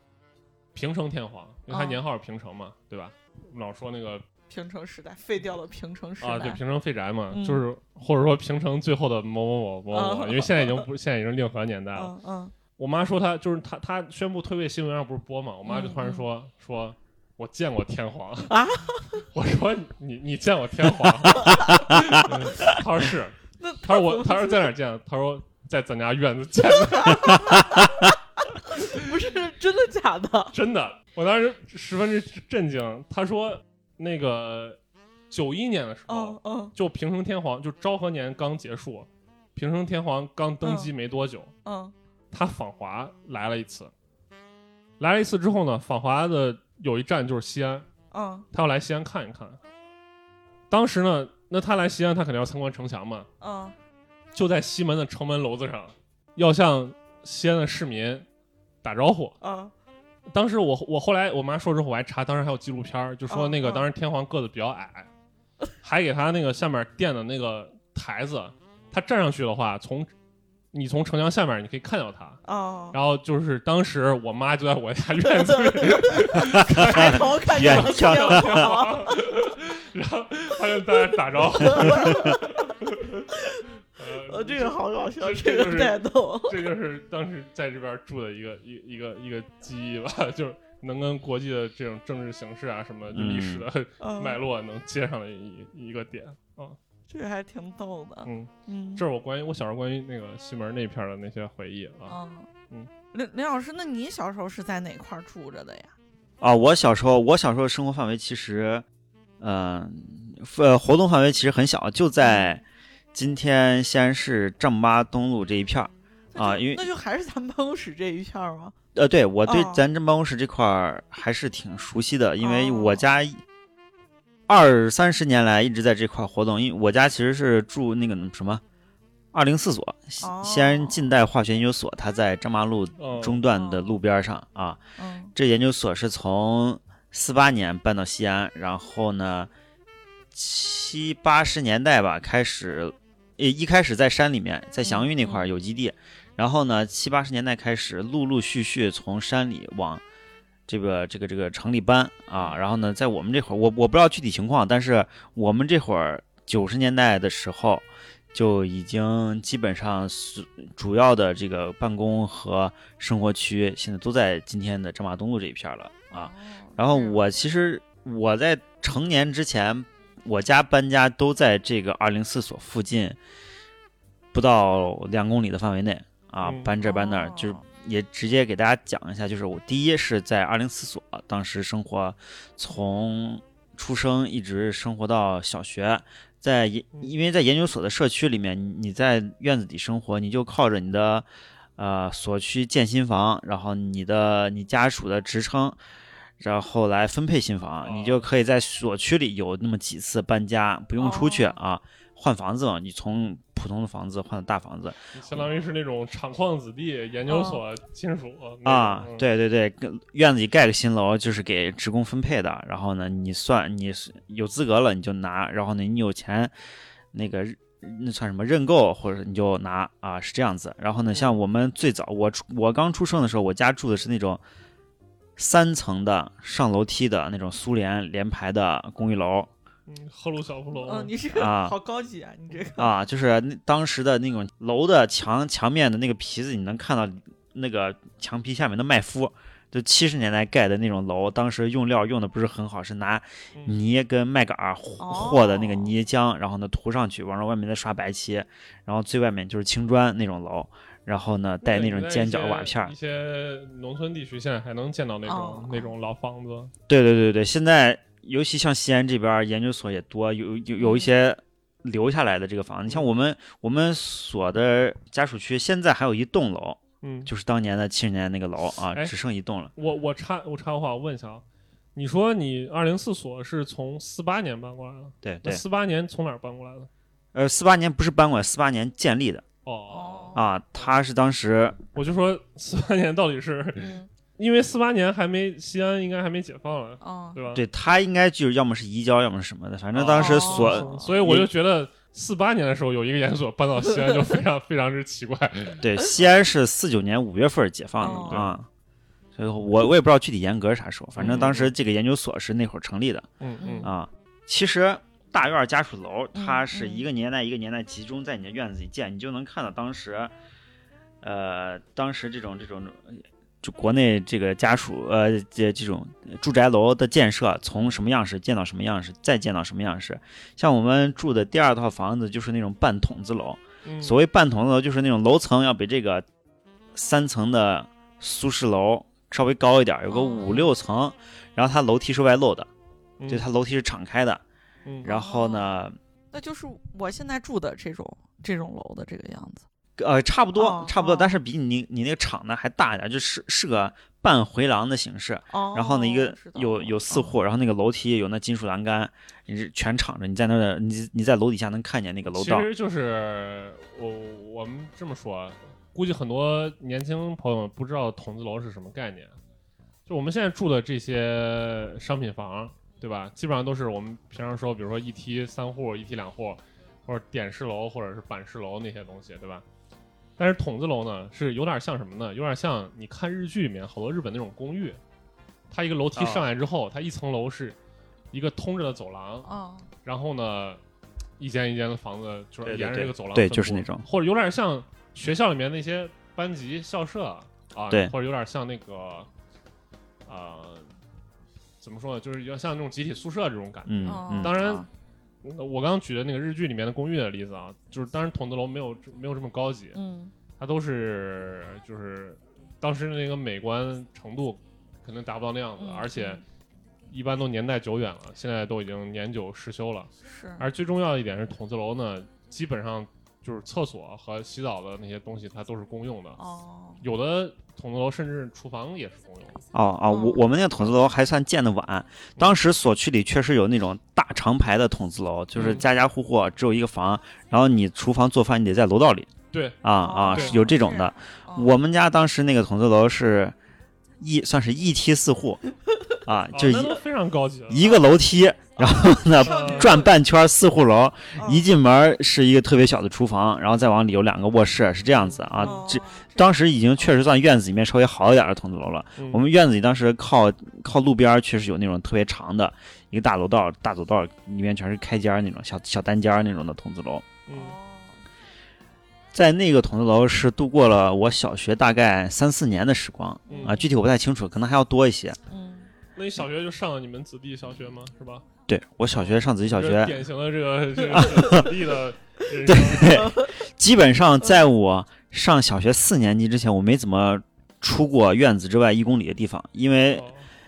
A: 平成天皇，因为他
C: 哦
A: 年号是平成嘛，对吧？我们老说那个
C: 平成时代废掉了平成时代，
A: 啊，对，平成废宅嘛，
C: 嗯
A: 就是或者说平成最后的某某某某某某，
C: 哦
A: 因为现在已经不，现在已经令和年代了。
C: 嗯嗯
A: 我妈说她就是她她宣布退位新闻上不是播嘛，我妈就突然说、说。我见过天皇
C: 嗯啊！
A: 我说你你见过天皇？ 嗯她说是，
C: 那
A: 她说 我她说在哪儿见的？她说在咱家院子见的。
C: 不是 真的假的？
A: 真的，我当时十分之震惊。他说，那个九一年的时候，
C: 嗯嗯
A: 就平成天皇，就昭和年刚结束，平成天皇刚登基没多久，
C: 嗯
A: 他访华来了一次。来了一次之后呢，访华的有一站就是西安，
C: 嗯
A: 他要来西安看一看。当时呢，那他来西安，他肯定要参观城墙嘛，
C: 嗯
A: 就在西门的城门楼子上，要向西安的市民打招呼。
C: 嗯
A: 当时我我后来我妈说之后，我还查，当时还有纪录片儿，就说
C: 嗯
A: 那个
C: 嗯
A: 当时天皇个子比较矮，还给他那个下面垫的那个台子，他站上去的话，从你从城墙下面你可以看到他。
C: 哦，
A: 然后就是当时我妈就在我家院子里，
C: 抬头看见了天 皇，
A: 然后她就在那打招 呼。
C: 呃，
A: 呃，
C: 哦这个好搞笑，
A: 这
C: 这
A: 这
C: 个
A: 就是
C: 太逗了，
A: 这就是当时在这边住的一个一一个一个记忆吧， 就是能跟国际的这种政治形势啊什么历史的脉
C: 嗯，
A: 络能接上的一一个点。
C: 这个还挺逗的，
A: 嗯，
C: 嗯，
A: 这是我关于我小时候关于那个西门那片儿的那些回忆啊。
C: 嗯
A: 嗯
C: 林林老师，那你小时候是在哪块儿住着的呀？
B: 啊，我小时候，我小时候生活范围其实，嗯、呃，活动范围其实很小，就在今天西安市丈母妈东路这一片儿。啊
C: 那就
B: 因为
C: 那就还是咱们办公室这一片儿吗？
B: 呃，对我对
C: 哦
B: 咱这办公室这块儿还是挺熟悉的，因为
C: 哦
B: 我家一二三十年来一直在这块儿活动，因为我家其实是住那个什么二零四所，西
C: 哦
B: 西安近代化学研究所，它在张麻路
A: 嗯，
B: 中段的路边儿上啊。
C: 嗯
B: 这研究所是从四八年搬到西安，然后呢，七八十年代吧开始，呃一开始在山里面，在祥云那块儿有基地，然后呢，七八十年代开始，陆陆续续从山里往这个这个这个城里搬啊，然后呢，在我们这会儿，我我不知道具体情况，但是我们这会儿九十年代的时候。就已经基本上是主要的这个办公和生活区，现在都在今天的张马东路这一片儿了啊。然后
C: 嗯
B: 我其实我在成年之前，我家搬家都在这个二零四所附近，不到两公里的范围内啊，
A: 嗯
B: 搬这搬那儿，
C: 哦
B: 就是也直接给大家讲一下，就是我第一是在二零四所当时生活，从出生一直生活到小学。在研，因为在研究所的社区里面，你你在院子里生活，你就靠着你的，呃，所区建新房，然后你的你家属的职称，然后来分配新
A: 哦
B: 房，你就可以在所区里有那么几次搬家，不用出去
C: 哦
B: 啊，换房子嘛，你从普通的房子换到大房子
A: 相当于是那种厂矿子弟、研
C: 哦
A: 究所亲属
B: 啊，，
A: 那种嗯
B: 对对对，跟院子里盖个新楼就是给职工分配的，然后呢，你算你是有资格了你就拿，然后呢，你有钱那个那算什么认购或者你就拿啊，是这样子。然后呢，
A: 嗯
B: 像我们最早我出我刚出生的时候，我家住的是那种。三层的上楼梯的那种苏联联排的公寓楼，
A: 嗯嗯，赫鲁晓夫楼，
C: 嗯，你这 个
B: 啊
C: 好高级啊，你这个
B: 啊，就是那当时的那种楼的墙墙面的那个皮子，你能看到那个墙皮下面的麦麸，就七十年代盖的那种楼，当时用料用的不是很好，是拿
A: 嗯
B: 泥跟麦秆儿和和的那个泥浆，然后呢涂上去，往上外面再刷白漆，然后最外面就是青砖那种楼，然后呢带那种尖角瓦片儿
A: 一。些农村地区现在还能见到那种
C: 哦
A: 那种老房子，
B: 对对对对，现在尤其像西安这边儿研究所也多，有有有一些留下来的这个房子。你像我们我们所的家属区，现在还有一栋楼，
A: 嗯，
B: 就是当年的七十年代那个楼啊
A: 哎，
B: 只剩一栋了。
A: 我我插我插话，我问一下啊，你说你二零四所是从四八年搬过来的，
B: 对
A: 那
B: 对，
A: 四八年从哪儿搬过来的？
B: 呃，四八年不是搬过来，四八年建立的
A: 哦，
B: 啊，它是当时
A: 我就说四八年到底是
C: 嗯
A: 因为四八年还没西安应该还没解放了，
C: 哦
A: 对吧？
B: 对它应该就是要么是移交，要么是什么的，反正当时所、
C: 哦
A: 所以我就觉得四八年的时候有一个研究所搬到西安就非常非常之 奇怪。
B: 对西安是四九年五月份解放的、
C: 哦
B: 啊。所以我我也不知道具体严格是啥时候，反正
C: 嗯
B: 当时这个研究所是那会儿成立的，
A: 嗯嗯
B: 啊，其实大院儿家属楼，它
C: 嗯
B: 是
C: 嗯
B: 一个年代一个年代集中在你的院子里建，你就能看到当时，呃，当时这种这种呃就国内这个家属呃这这种住宅楼的建设，从什么样式建到什么样式，再建到什么样式。像我们住的第二套房子就是那种半筒子楼，
A: 嗯，
B: 所谓半筒子楼，就是那种楼层要比这个三层的苏式楼稍微高一点儿，有个
C: 哦
B: 五六层，然后它楼梯是外露的。
A: 嗯
B: 就它楼梯是敞开的，
A: 嗯
B: 然后呢，
C: 那就是我现在住的这种这种楼的这个样子。
B: 呃，差不多
C: 哦，
B: 差不多，
C: 哦
B: 但是比你你那个场呢还大一点，就是是个半回廊的形式。
C: 哦，
B: 然后呢，一个
C: 知道
B: 有
C: 了
B: 有四户，
C: 哦
B: 然后那个楼梯有那金属栏杆，你是全敞着，你在那儿，你你在楼底下能看见那个楼
A: 其
B: 道。
A: 实就是我我们这么说，啊估计很多年轻朋友们不知道筒子楼是什么概念。就我们现在住的这些商品房，对吧？基本上都是我们平常说，比如说一梯三户、一梯两户，或者点式楼或者是板式楼那些东西，对吧？但是筒子楼呢，是有点像什么呢？有点像你看日剧里面好多日本那种公寓，它一个楼梯
B: 哦
A: 上来之后，它一层楼是一个通着的走廊，
C: 哦
A: 然后呢，一间一间的房子就是
B: 对对
A: 沿着这
B: 对
A: 个走廊
B: 对
A: 分
B: 就是
A: 布
B: 那种
A: 或者有点像学校里面那些班级校舍啊，
B: 对
A: 或者有点像那个啊、呃怎么说呢，就是有点像那种集体宿舍这种感觉。
B: 嗯
C: 哦
B: 嗯，
A: 当然
C: 哦
A: 我刚刚举的那个日剧里面的公寓的例子啊，就是当然筒子楼没有没有这么高级，
C: 嗯
A: 它都是就是当时那个美观程度肯定达不到那样子，
C: 嗯
A: 而且
C: 嗯
A: 一般都年代久远了，现在都已经年久失修了。
C: 是
A: 而最重要的一点是，筒子楼呢，基本上就是厕所和洗澡的那些东西，它都是公用的。
C: 哦
A: 有的筒子楼甚至厨房也是公用的。
B: 哦哦，我
C: 哦
B: 我们那个筒子楼还算建的
C: 嗯
B: 晚，当时所区里确实有那种大长排的筒子楼，就是
A: 嗯
B: 家家户户只有一个房，然后你厨房做饭你得在楼道里
A: 对，
B: 啊啊，
C: 哦
B: 是有这种的。
C: 哦
B: 我们家当时那个筒子楼是一算是一梯四户啊，就
A: 啊
B: 一、
A: 那都非常高级了。嗯
B: 一个楼梯，然后呢
C: 少女
B: 转半圈四户楼，
C: 嗯
B: 一进门是一个特别小的厨房，然后再往里有两个卧室，是这样子啊。
C: 哦
B: 这当时已经确实算院子里面稍微好一点的筒子楼了。
A: 嗯
B: 我们院子里当时靠靠路边儿确实有那种特别长的一个大楼道，大走道里面全是开间儿那种小小单间儿那种的筒子楼。
A: 嗯
B: 在那个筒子楼是度过了我小学大概三四年的时光
A: 嗯
B: 啊，具体我不太清楚，可能还要多一些。
C: 哦嗯，
A: 那你小学就上了你们子弟小学吗？是吧？
B: 对我小学上子弟小
A: 这是
B: 学，
A: 典型的这个这个子弟的人生，
B: 基本上在我上小学四年级之前，我没怎么出过院子之外一公里的地方，因为
A: 哦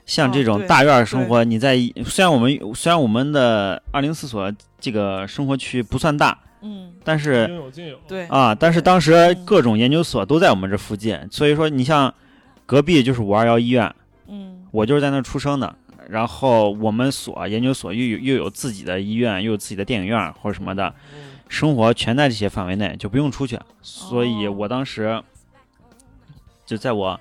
B: 像这
C: 哦
B: 种
C: 对
B: 大院生活，你在虽然我们虽然我们的二零四所这个生活区不算大，
C: 嗯，
B: 但是
A: 应有尽有。，
C: 对，嗯
B: 啊，但是当时各种研究所都在我们这附近，所以说你像隔壁就是五二幺医院，
C: 嗯
B: 我就是在那儿出生的。然后我们所研究所又有又有自己的医院，又有自己的电影院或者什么的，
A: 嗯
B: 生活全在这些范围内，就不用出去。所
C: 哦
B: 以我当时就在我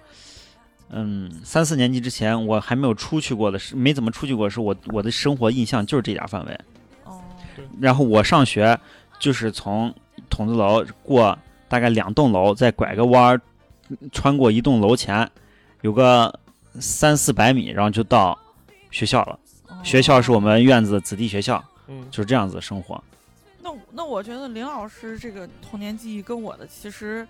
B: 嗯三四年级之前，我还没有出去过的是没怎么出去过的时候，我我的生活印象就是这俩范围。
C: 哦，
B: 然后我上学就是从筒子楼过大概两栋楼，再拐个弯儿，穿过一栋楼前，有个三四百米，然后就到学校了。
C: 哦
B: 学校是我们院子的子弟学校，
A: 嗯，
B: 就是这样子的生活。
C: 那我那我觉得林老师这个童年记忆跟我的其实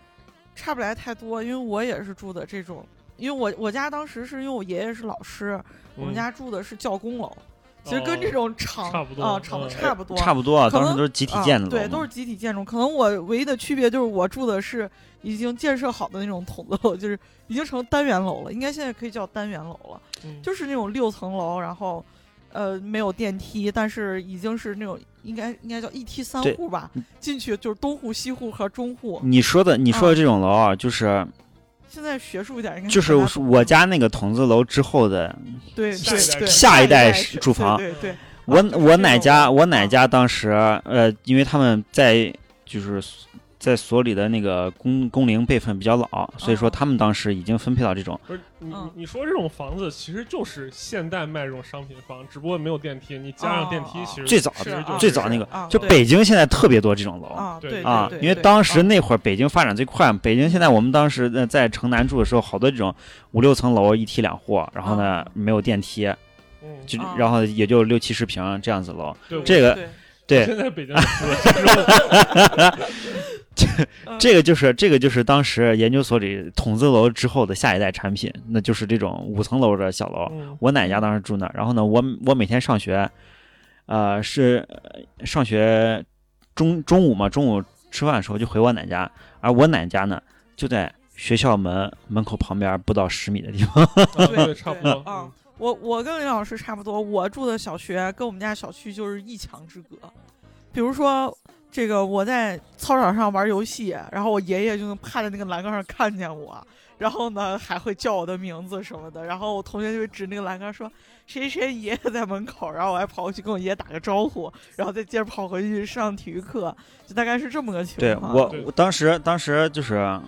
C: 差不来太多，因为我也是住的这种，因为我我家当时是因为我爷爷是老师，我们家住的是教工楼，其实跟这种厂
A: 嗯哦差不多
C: 啊厂
A: 嗯
C: 的差不多，
B: 差不多啊，
C: 可能
B: 当时都是集体建的楼
C: 啊，
B: 嘛、
C: 对，都是集体建筑。可能我唯一的区别就是我住的是已经建设好的那种筒子楼，就是已经成单元楼了，应该现在可以叫单元楼了，
A: 嗯
C: 就是那种六层楼，然后呃没有电梯，但是已经是那种应该应该叫一梯三
B: 对
C: 户吧
B: 嗯，
C: 进去就是东户、西户和中户。
B: 你说的，你说的这种楼
C: 嗯
B: 啊，就是
C: 现在学术一点，应该
B: 就是
C: 大家
B: 我家那个筒子楼之后
C: 啊
B: 的，
C: 对
A: 下一代啊
C: 对对
B: 下一
C: 一
B: 代
C: 代
B: 是
C: 是
B: 住房
C: 对对对，
B: 我
C: 就是
B: 我
C: 这
B: 奶
C: 种
B: 家
C: 楼嗯
B: 我奶家当时呃，因为他们在就是在所里的那个工工龄辈分比较老，所以说
C: 嗯
B: 他们当时已经分配到这种，
A: 不是你你
C: 嗯
A: 你说这种房子其实就是现代卖这种商品房，只不过没有电梯，你加上电梯
C: 哦
A: 其实
B: 最早
A: 其实
C: 的
A: 就是
B: 最早那个
C: 啊
B: 就
C: 对
B: 北京现在特别多这种楼。
C: 啊
A: 对
C: 对
B: 啊
C: 对，
B: 因为
C: 对
B: 当
C: 啊
B: 时那会儿北京发展最快，北京现在我们当时呃在城南住的时候，好多这种五六层楼一梯两户，然后呢
C: 嗯
B: 没有电梯，
A: 嗯，
B: 就
C: 嗯
B: 然后也就六七十平这样子楼，
A: 对
B: 这个对，
C: 对
A: 现在北京的这种
C: 嗯
B: 这个就是这个就是当时研究所里筒子楼之后的下一代产品，那就是这种五层楼的小楼。
A: 嗯
B: 我奶家当时住那儿，然后呢，我我每天上学，呃，是呃上学中中午嘛，中午吃饭的时候就回我奶家，而我奶家呢就在学校门门口旁边不到十米的地方。
A: 啊
C: 嗯对
A: 对，差不多
C: 对
B: 嗯
C: 啊我我跟林老师差不多，我住的小学跟我们家小区就是一墙之隔。比如说，这个我在操场上玩游戏，然后我爷爷就能趴在那个栏杆上看见我，然后呢还会叫我的名字什么的，然后我同学就会指那个栏杆说谁谁谁爷爷在门口，然后我还跑过去跟我爷爷打个招呼，然后再接着跑回去上体育课，就大概是这么个情
B: 对
C: 况。
B: 我
A: 对，
B: 我当时当时就是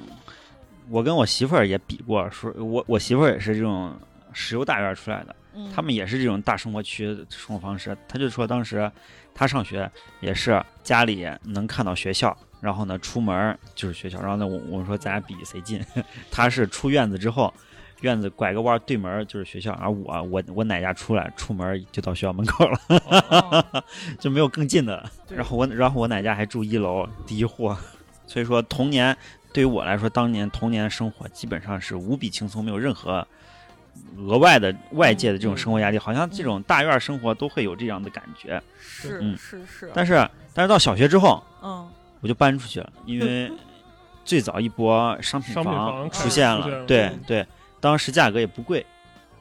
B: 我跟我媳妇儿也比过，说我我媳妇儿也是这种石油大院出来的。
C: 嗯
B: 他们也是这种大生活区的生活方式。他就说，当时他上学也是家里能看到学校，然后呢出门儿就是学校。然后呢，我我说咱俩比谁近。 他是出院子之后，院子拐个弯儿对门儿就是学校，而我我我奶家出来出门儿就到学校门口了，
C: 哦
B: 就没有更近的了。
C: 对
B: 然后我然后我奶家还住一楼第一户，所以说童年对于我来说，当年童年的生活基本上是无比轻松，没有任何额外的外界的这种生活压力，好像这种大院生活都会有这样的感觉。
C: 是
B: 嗯
C: 是是，
B: 但是但是到小学之后，
C: 嗯
B: 我就搬出去了，因为最早一波商品
A: 商品
B: 房
A: 房
B: 出
C: 出
B: 现
A: 现
B: 了，
A: 了
B: 对
C: 嗯
B: 对，当时价格也不贵，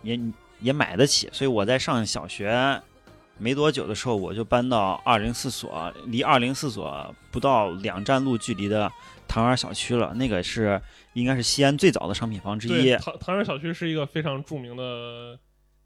B: 也也买得起，所以我在上小学没多久的时候，我就搬到二零四所，离二零四所不到两站路距离的唐园小区了，那个是应该是西安最早的商品房之一
A: 对，，唐唐山小区是一个非常著名的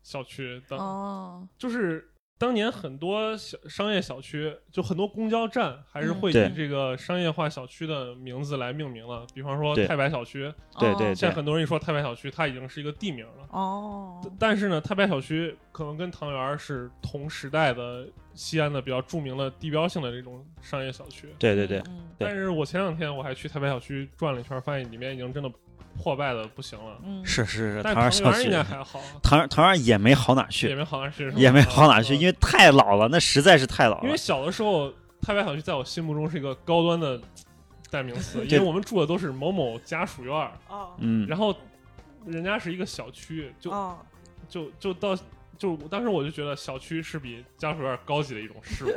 A: 小区，当
C: 哦
A: 就是当年很多小商业小区，就很多公交站还是
C: 嗯
A: 会
B: 对
A: 以这个商业化小区的名字来命名了。比方说
B: 对
A: 太白小区，
B: 对对
A: 现在很多人一说太白小区，它已经是一个地名了。
C: 哦，
A: 但是呢，太白小区可能跟唐园儿是同时代的西安的比较著名的地标性的这种商业小区。
B: 对对对，
C: 嗯
B: 对
A: 但是我前两天我还去太白小区转了一圈，发现里面已经真的破败的不行了。
C: 嗯，
B: 是是是，
A: 但
B: 唐
A: 是
B: 园
A: 唐园
B: 小
A: 儿应
B: 区，
A: 该还好，
B: 唐园唐园也没好哪儿
A: 也
B: 去，
A: 没好哪去，
B: 也没好哪儿去，因
A: 为
B: 为太老了，那实在是太老
A: 嗯因
B: 了
A: 为。小的时候太白小区在我心目中是一个高端的代名词，因
B: 对
A: 为我们住的都是某某家属院儿，
C: 哦
B: 嗯，
A: 然后人家是一个小区，就
C: 哦，
A: 就就到就当时我就觉得小区是比家属院高级的一种事 物，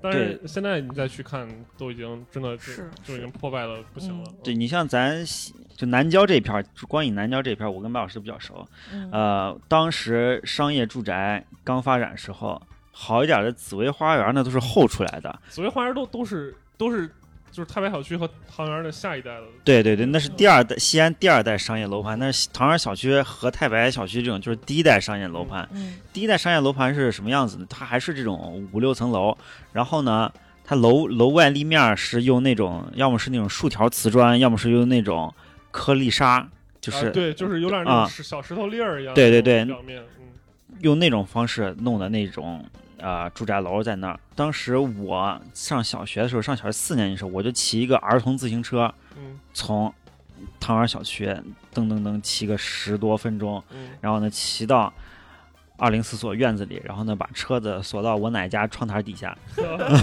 A: 但是现在你再去看，都已经真的就是就已经破败了不行了。
B: 对你像咱西就南郊这片儿，就光以南郊这片儿，我跟白老师比较熟。
C: 嗯
B: 呃，当时商业住宅刚发展时候，好一点的紫薇花园那都是后出来的。
A: 紫薇花园都都是都是就是太白小区和唐园的下一代的，
B: 对对对，那是第二代西安第二代商业楼盘，那是唐园小区和太白小区这种就是第一代商业楼盘。
C: 嗯
B: 第一代商业楼盘是什么样子呢？它还是这种五六层楼，然后呢，它楼楼外立面是用那种要么是那种竖条瓷砖，要么是用那种颗粒沙，就是
A: 啊、对，就是有点那
B: 啊
A: 种石小石头粒儿一样的
B: 对
A: 那
B: 对
A: 种
B: 对
A: 表面，嗯，
B: 用那种方式弄的那种呃住宅楼在那儿。当时我上小学的时候，上小学四年级的时候，我就骑一个儿童自行车
A: 嗯
B: 从唐园小区噔噔噔骑个十多分钟，
A: 嗯
B: 然后呢骑到二零四所院子里，然后呢把车子锁到我奶家窗台底下，
A: 嗯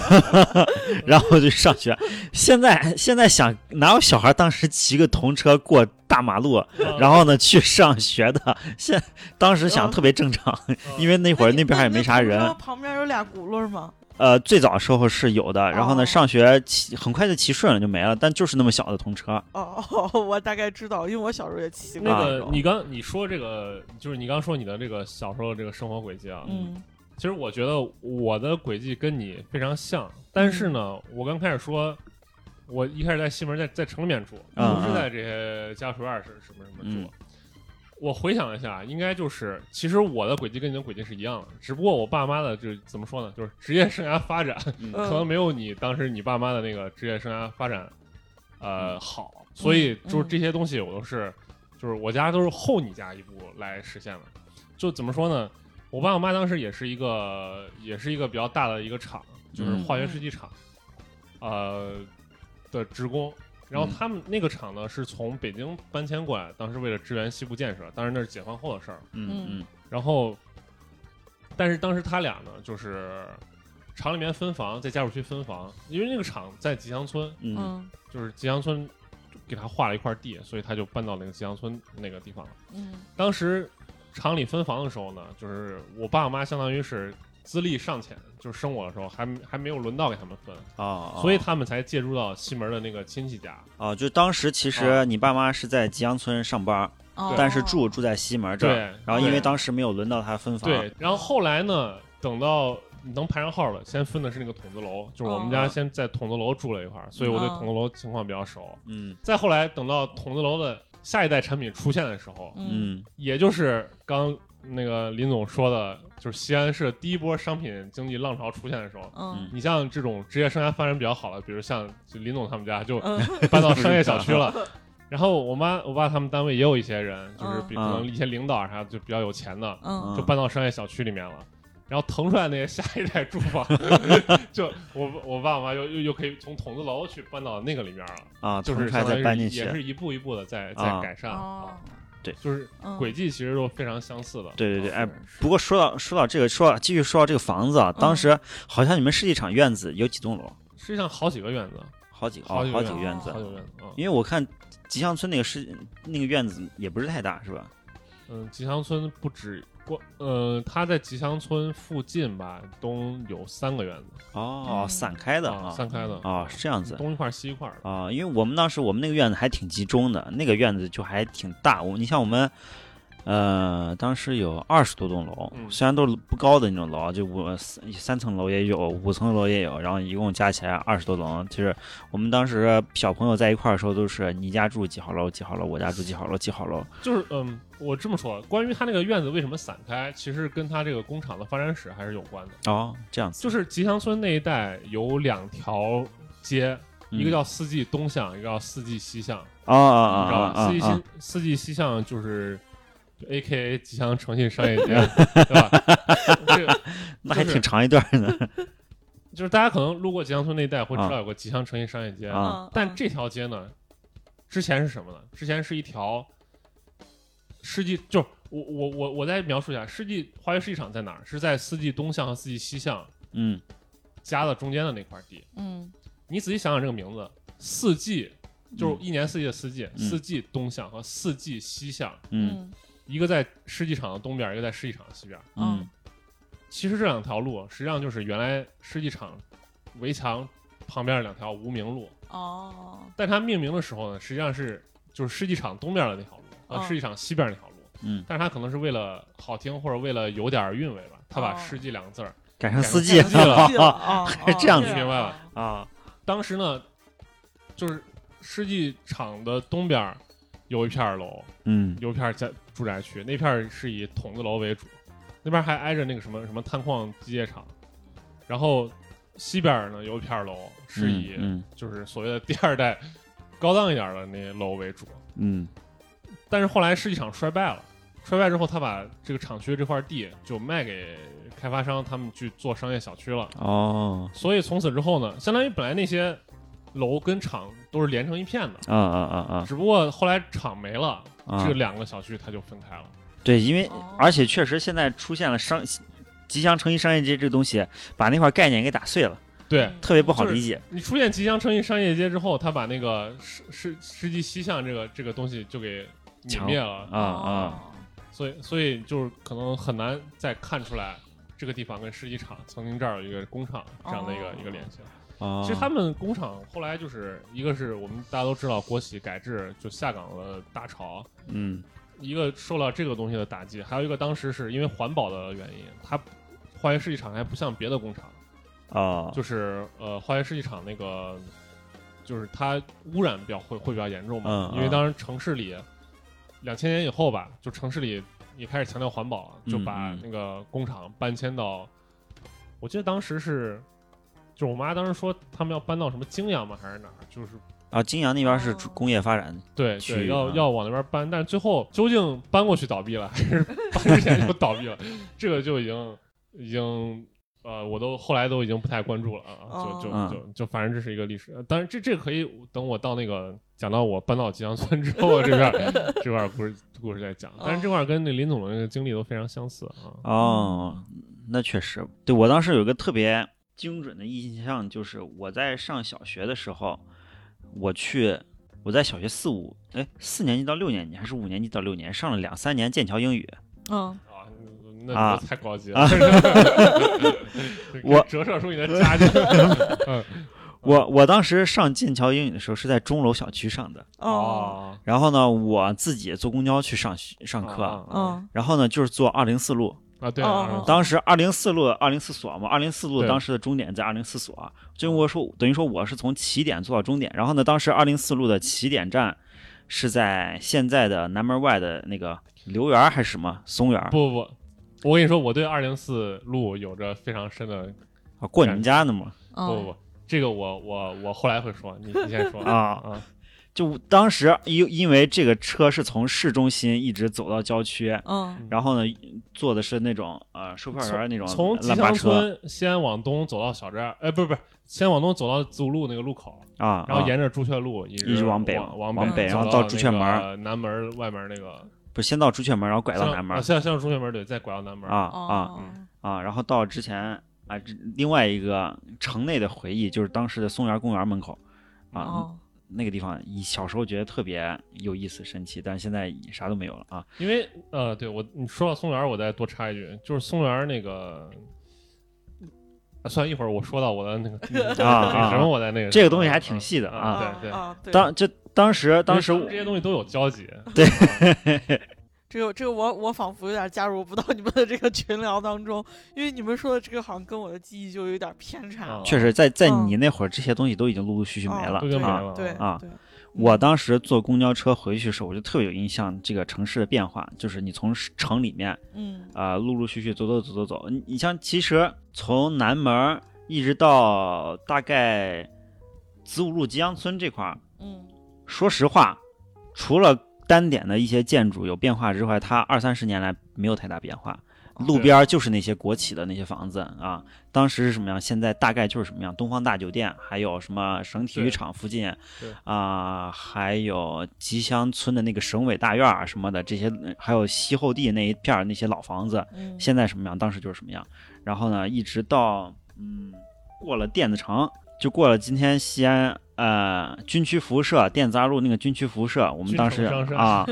B: 然后就上学。 现在现在想哪有小孩当时骑个童车过大马路，
A: 啊
B: 然后呢去上学的？现当时想特别正常，因
A: 为
B: 为那会儿那边还也没啥
C: 哎那你那
B: 人。
C: 旁边有俩轱辘吗？
B: 呃，最早时候是有的，然后
C: 哦
B: 呢上学骑很快就骑顺了就没了，但就是那么小的童车。
C: 哦，我大概知道，因为我小时候也骑过。
A: 那
B: 啊
A: 个你刚你说这个就是你刚说你的这个小时候的这个生活轨迹啊，
C: 嗯
A: 其实我觉得我的轨迹跟你非常像，但是呢，我刚开始说，我一开始在西门在在城里面住，
B: 嗯
A: 不是在这些家属院是什么什么住。
B: 嗯
A: 我回想一下，应该就是，其实我的轨迹跟你的轨迹是一样的，只不过我爸妈的就是怎么说呢，就是职业生涯发展可能
C: 嗯
A: 没有你当时你爸妈的那个职业生涯发展，呃，好，所以就是这些东西我都是，就是我家都是后你家一步来实现的。就怎么说呢？我爸我妈当时也是一个，也是一个比较大的一个厂，就是化学试剂厂，呃的职工。然后他们那个厂呢，是从北京搬迁过来，当时为了支援西部建设，当然那是解放后的事儿。
B: 嗯
A: 然后，但是当时他俩呢，就是厂里面分房，在家属区分房，因为那个厂在吉祥村，
B: 嗯嗯
C: 嗯
A: 就是吉祥村给他划了一块地，所以他就搬到那个吉祥村那个地方了。
C: 嗯
A: 当时厂里分房的时候呢，就是我爸我妈相当于是资历尚浅，就是生我的时候还还没有轮到给他们分，
B: 哦，
A: 所以他们才借助到西门的那个亲戚家。
B: 哦，就当时其实你爸妈是在吉阳村上班，
C: 哦
B: 但是住住在西门这
A: 对
B: 儿，，然后因为
A: 对
B: 当时没有轮到他分房，
A: 对，然后后来呢，等到能排上号了，先分的是那个筒子楼，就是我们家
B: 哦
A: 先在筒子楼住了一块儿，所以我对
C: 嗯
A: 筒子楼情况比较熟。
B: 嗯
A: 再后来等到筒子楼的下一代产品出现的时候，
C: 嗯
B: 嗯
A: 也就是刚那个林总说的，就是西安市第一波商品经济浪潮出现的时候。
C: 嗯
A: 你像这种职业生涯发展比较好的，比如像就林总他们家就
C: 嗯
A: 搬到商业小区了。然后我妈、我爸他们单位也有一些人，就是比可
B: 嗯
A: 能一些领导啊啥就比较有钱的，
C: 嗯
A: 就搬到商业小区里面了。然后腾出来那些下一代住房， 就我我爸我妈又又又可以从筒子楼去搬到那个里面了，
B: 啊，
A: 就是
B: 还
A: 相当于
B: 再搬进
A: 也
B: 去，
A: 是一步一步的在在
B: 啊
A: 改善，
C: 哦
A: 就是
C: 嗯
A: 轨迹其实都非常相似的。啊
B: 对对对，哎
C: 是，
B: 不过说到说到这个，说到继续说到这个房子啊，
C: 嗯
B: 当时好像你们世纪厂院子有几栋楼，
A: 实际上好几个院子，
B: 好几
A: 好
B: 好
A: 几个
B: 好几个
C: 院
B: 院
C: 子
B: 子
A: 好，几个院子啊，
B: 因为我看吉祥村那个是那个院子也不是太大，是吧？
A: 嗯，吉祥村不止光，呃，它在吉祥村附近吧，东有三个院子，
B: 哦
C: 嗯，
B: 散开的
A: 啊
B: 啊，
A: 散嗯开的
B: 啊，是这样子。
A: 东一块儿西一块儿的，
B: 啊，因为我们当时我们那个院子还挺集中的，那个院子就还挺大。我你像我们呃，当时有二十多栋楼，
A: 嗯
B: 虽然都是不高的那种楼，啊就五三三层楼也有，五层楼也有，然后一共加起来二十多栋。就是我们当时小朋友在一块儿的时候，都是你家住几号楼，几号楼，我家住几号楼，几号楼。
A: 就是嗯，我这么说，关于它那个院子为什么散开，其实跟它这个工厂的发展史还是有关的。
B: 哦，这样子，
A: 就是吉祥村那一带有两条街，
B: 嗯
A: 一个叫四季东巷，一个叫四季西巷，
B: 哦哦哦
A: 你知道
B: 哦
A: 吧？四季
B: 哦
A: 西四季西巷就是。A K A 吉祥诚信商 业街，对吧？ 这个
B: 哦，那还挺长一段呢。
A: 就是大家可能路过吉祥村那一带会知道有个吉祥诚信商业街，
B: 啊
C: 嗯，
A: 但这条街呢，之前是什么呢？之前是一条世纪，就是我我我我再描述一下，世纪花园市场在哪儿？是在四季东巷和四季西巷
B: 嗯
A: 夹的中间的那块地。
C: 嗯
A: 你仔细想想这个名字，四季就是一年四季的四季，四季东巷和四季西巷，
B: 嗯
C: 嗯
A: 一个在世纪厂的东边，一个在世纪厂的西边。
B: 嗯
A: 其实这两条路实际上就是原来世纪厂围墙旁边的两条无名路。
C: 哦
A: 但它命名的时候呢，实际上是就是世纪厂东边的那条路，呃，
C: 哦
A: 世纪厂西边那条路。
B: 嗯，
A: 但是它可能是为了好听，或者为了有点韵味吧，它把“
C: 哦
A: 世纪”两个字儿。
B: 赶上
A: 司
B: 四
A: 机
B: 季
A: 了
C: 了，
B: 了
C: 哦
B: 还是这样子
A: 明白吧？
B: 啊
A: 当时呢，就是世纪厂的东边儿有一片楼，
B: 嗯
A: 有一片在住宅区，那片儿是以筒子楼为主，那边还挨着那个什么什么碳矿机械厂，然后西边儿呢有一片楼是以
B: 嗯
A: 就是所谓的第二代高档一点儿的那些楼为主，
B: 嗯
A: 但是后来世纪厂衰败了，衰败之后，他把这个厂区这块地就卖给开发商，他们去做商业小区了。
B: 哦
A: 所以从此之后呢，相当于本来那些楼跟厂都是连成一片的，
B: 啊啊啊啊
A: 只不过后来厂没了，
B: 啊
A: 这！两个小区它就分开了。
B: 对，因为
C: 哦
B: 而且确实现在出现了商吉祥诚信商业街这个东西，把那块概念给打碎了，
A: 对
C: 嗯
B: 特别不好理解。
A: 你出现吉祥城一商业街之后，他把那个世世世纪西巷这个这个东西就给泯灭了，
B: 啊
A: 哦
B: 啊！
A: 所以所以就是可能很难再看出来这个地方跟世纪厂曾经这儿有一个工厂这样的一个、
C: 哦
A: 一个联系。
B: 啊！
A: 哦其实他们工厂后来就是一个是我们大家都知道国企改制就下岗了大潮，
B: 嗯
A: 一个受到这个东西的打击，还有一个当时是因为环保的原因，它化学试剂厂还不像别的工厂，
B: 啊
A: 就是呃化学试剂厂那个就是它污染比较会会比较严重嘛，
B: 嗯
A: 因为当时城市里两千年以后吧，就城市里也开始强调环保了，就把
B: 嗯嗯
A: 那个工厂搬迁到，我记得当时是。就是我妈当时说他们要搬到什么泾阳嘛，还是哪儿？就是
B: 啊，金阳那边是
C: 哦
B: 工业发展，
A: 对
B: 区
A: 对，
B: 域
A: 要
B: 啊
A: 要往那边搬，但是最后究竟搬过去倒闭了，还 是搬之前就倒闭了，这个就已经已经呃，我都后来都已经不太关注了啊，就
B: 哦
A: 就就就反正这是一个历史，呃当然这这个可以等我到那个讲到我搬到吉祥村之后这边这块故事故事再讲，但是这块儿跟那林总的那个经历都非常相似啊，
B: 哦，
A: 嗯
B: 那确实，对我当时有一个特别精准的印象，就是我在上小学的时候，我去我在小学四五哎四年级到六年级还是五年级到六年级上了两三年剑桥英语，
C: 嗯，
A: 啊，那那
B: 啊
A: 太高级 了，
B: 我
A: 折射出你的家境，嗯
B: 我我当时上剑桥英语的时候是在钟楼小区上的，
C: 哦，
B: 然后呢我自己坐公交去上学上课，
A: 啊啊
C: 嗯，
B: 然后呢就是坐二零四路，
A: 啊对
C: 哦
A: 啊，
B: 当时二零四路二零四所嘛，二零四路
A: 对
B: 当时的终点在二零四所，就我说等于说我是从起点坐到终点，然后呢，当时二零四路的起点站是在现在的南门外的那个刘园儿还是什么松园儿？
A: 不不不，我跟你说，我对二零四路有着非常深的
B: 啊过你们家呢嘛？
C: 嗯
A: 不不不，这个我我我后来会说，你你先说
B: 啊
A: 啊
B: 就当时因因为这个车是从市中心一直走到郊区，
C: 嗯
B: 然后呢坐的是那种呃售票员儿那种
A: 从吉
B: 蓝巴
A: 祥
B: 车
A: 村先往东走到小寨儿，哎，不是不是，先往东走到子午路那个路口，
B: 啊，
A: 然后
B: 啊
A: 沿着朱雀路一直
B: 一直
A: 往
B: 往北
A: 往
C: 往
A: 北，
C: 北
A: 走
B: 然后
A: 到
B: 到朱雀门儿
A: 那个南门儿外门儿那个
B: 不是先到朱雀门，然后拐到
A: 先
B: 南门
A: 啊
B: 儿
A: 先先到朱雀门儿对，再拐到南门儿
B: 啊啊
C: 哦，
B: 啊，然后到之前啊，这另外一个城内的回忆就是当时的松园公园门口啊、
C: 哦
B: 那个地方，以小时候觉得特别有意思、神奇，但现在已啥都没有了啊。
A: 因为呃，对我你说到松园儿，我再多插一句，就是松园儿那个。啊算了一会儿我说到我的那个那个
B: 啊
A: 那个什
B: 啊
A: 么，我在那个
B: 这个东西还
A: 啊
B: 挺细的
A: 啊
B: 啊
A: 对对，
C: 哦啊对，
B: 当这当时当时
A: 因为咱们这些东西都有交集，
B: 对
A: 啊
C: 这个这个我我仿佛有点加入不到你们的这个群聊当中，因为你们说的这个好像跟我的记忆就有点偏差了。
A: 啊
B: 确实在，在
C: 嗯
B: 你那会儿，这些东西都已经陆陆续续没了
C: 哦
A: 都已经没
B: 啊。
A: 了
C: 对
B: 啊
C: 对，
B: 我当时坐公交车回去的时候，我就特别有印象这个城市的变化，就是你从市城里面
C: 嗯
B: 啊、陆陆续续走走走走走，你你像其实从南门儿一直到大概子午路吉阳村这块儿，
C: 嗯
B: 说实话，除了单点的一些建筑有变化之外，它二三十年来没有太大变化。
A: 哦
B: 路边儿就是那些国企的那些房子啊，当时是什么样，现在大概就是什么样。东方大酒店，还有什么省体育
A: 对
B: 场附近
A: 对，
B: 啊、还有吉祥村的那个省委大院儿什么的，这些呃还有西后地那一片儿那些老房子，
C: 嗯，
B: 现在什么样，当时就是什么样。然后呢，一直到嗯过了电子城，就过了今天西安呃军区服务社电子二路那个军区服务社，我们
A: 军
B: 当
A: 统
B: 时
A: 商社
B: 啊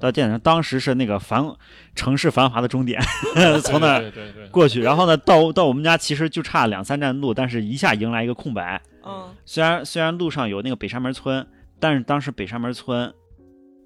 B: 到电子城，当时是那个繁城市繁华的终点， 从那儿
A: 对对对对，
B: 过去。然后呢，到到我们家其实就差两三站路，但是一下迎来一个空白。
C: 嗯
B: 虽然虽然路上有那个北山门村，但是当时北山门村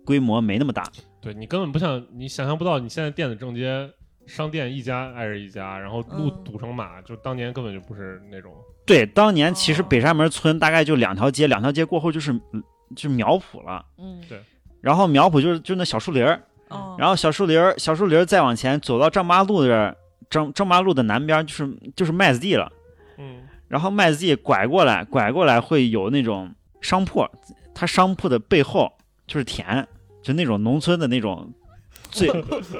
B: 规模没那么大，
A: 对你根本不想，你想象不到，你现在电子正街商店一家挨着一家，然后路
C: 嗯
A: 堵成马，就当年根本就不是那种。
B: 对，当年其实
C: 哦
B: 北山门村大概就两条街，两条街过后就是嗯就是苗圃了，
C: 嗯，
A: 对
B: 然后苗圃就是就那小树林儿，
C: 嗯，
B: 然后小树林儿小树林儿再往前走到丈八路这儿，丈丈八路的南边就是就是麦子地了，
A: 嗯，
B: 然后麦子地拐过来拐过来会有那种商铺，它商铺的背后就是田，就那种农村的那种最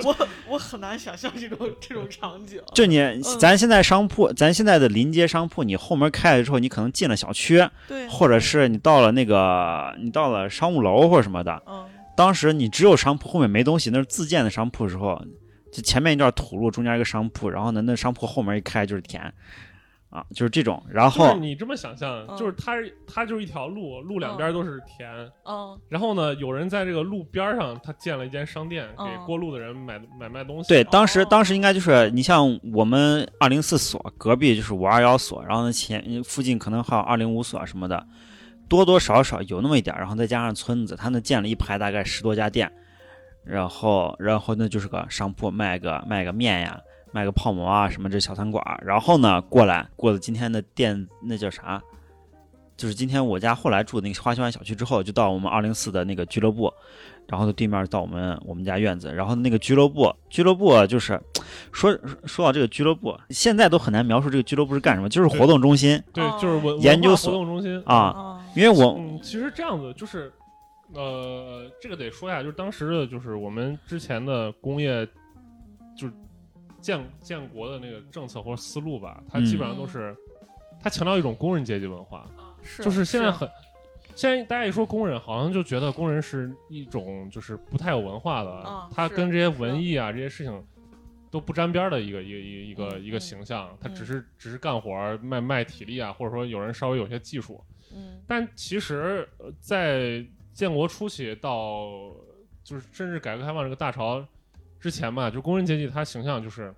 C: 我我很难想象这种这种场 景。
B: 就你咱现在商铺，咱现在的临街商铺，你后门开了之后，你可能进了小区，
C: 对，
B: 或者是你到了那个你到了商务楼或者什么的，
C: 嗯
B: 当时你只有商铺，后面没东西，那是自建的商铺的时候，就前面一段土路，中间一个商铺，然后呢，那商铺后门一开就是田，啊，就是这种。然
A: 就是
B: 后
A: 你这么想象，
C: 嗯
A: 就是它是它就是一条路，路两边都是田，
C: 嗯
A: 然后呢，有人在这个路边上他建了一间商店，
C: 嗯
A: 给过路的人买买卖东西。
B: 对，当时当时应该就是你像我们二零四所隔壁就是五二幺所，然后呢前附近可能还有二零五所什么的，多多少少有那么一点儿，然后再加上村子，他那建了一排大概十多家店，然后然后那就是个商铺，卖个卖个面呀，卖个泡馍啊什么这小餐馆儿，然后呢过来过了今天的店那叫啥？就是今天我家后来住的那个花溪湾小区之后，就到我们二零四的那个俱乐部，然后对面到我们我们家院子，然后那个俱乐部，俱乐部啊就是说说到这个俱乐部，现在都很难描述这个俱乐部是干什么，就是活动中心
A: 对
C: 哦，
A: 就是文
B: 研究
A: 文化
B: 所
A: 活动中心。
B: 啊，
C: 嗯
B: 因为我
A: 哦嗯，其实这样子就是，呃，这个得说一下，就是当时的，就是我们之前的工业，就是建建国的那个政策或者思路吧，它
B: 嗯
A: 基本上都是，它强调一种工人阶级文化，
C: 嗯是啊
A: 就是现在很。现在大家一说工人，好像就觉得工人是一种就是不太有文化的，
C: 啊
A: 他
C: 是
A: 跟这些文艺啊这些事情都不沾边儿的一个一个一个一个、
C: 嗯
A: 一个
C: 嗯
A: 形象，他
C: 嗯
A: 只是只是干活儿卖卖体力啊，或者说有人稍微有些技术，
C: 嗯
A: 但其实，呃在建国初期到就是甚至改革开放这个大潮之前吧，就工人阶级他形象就是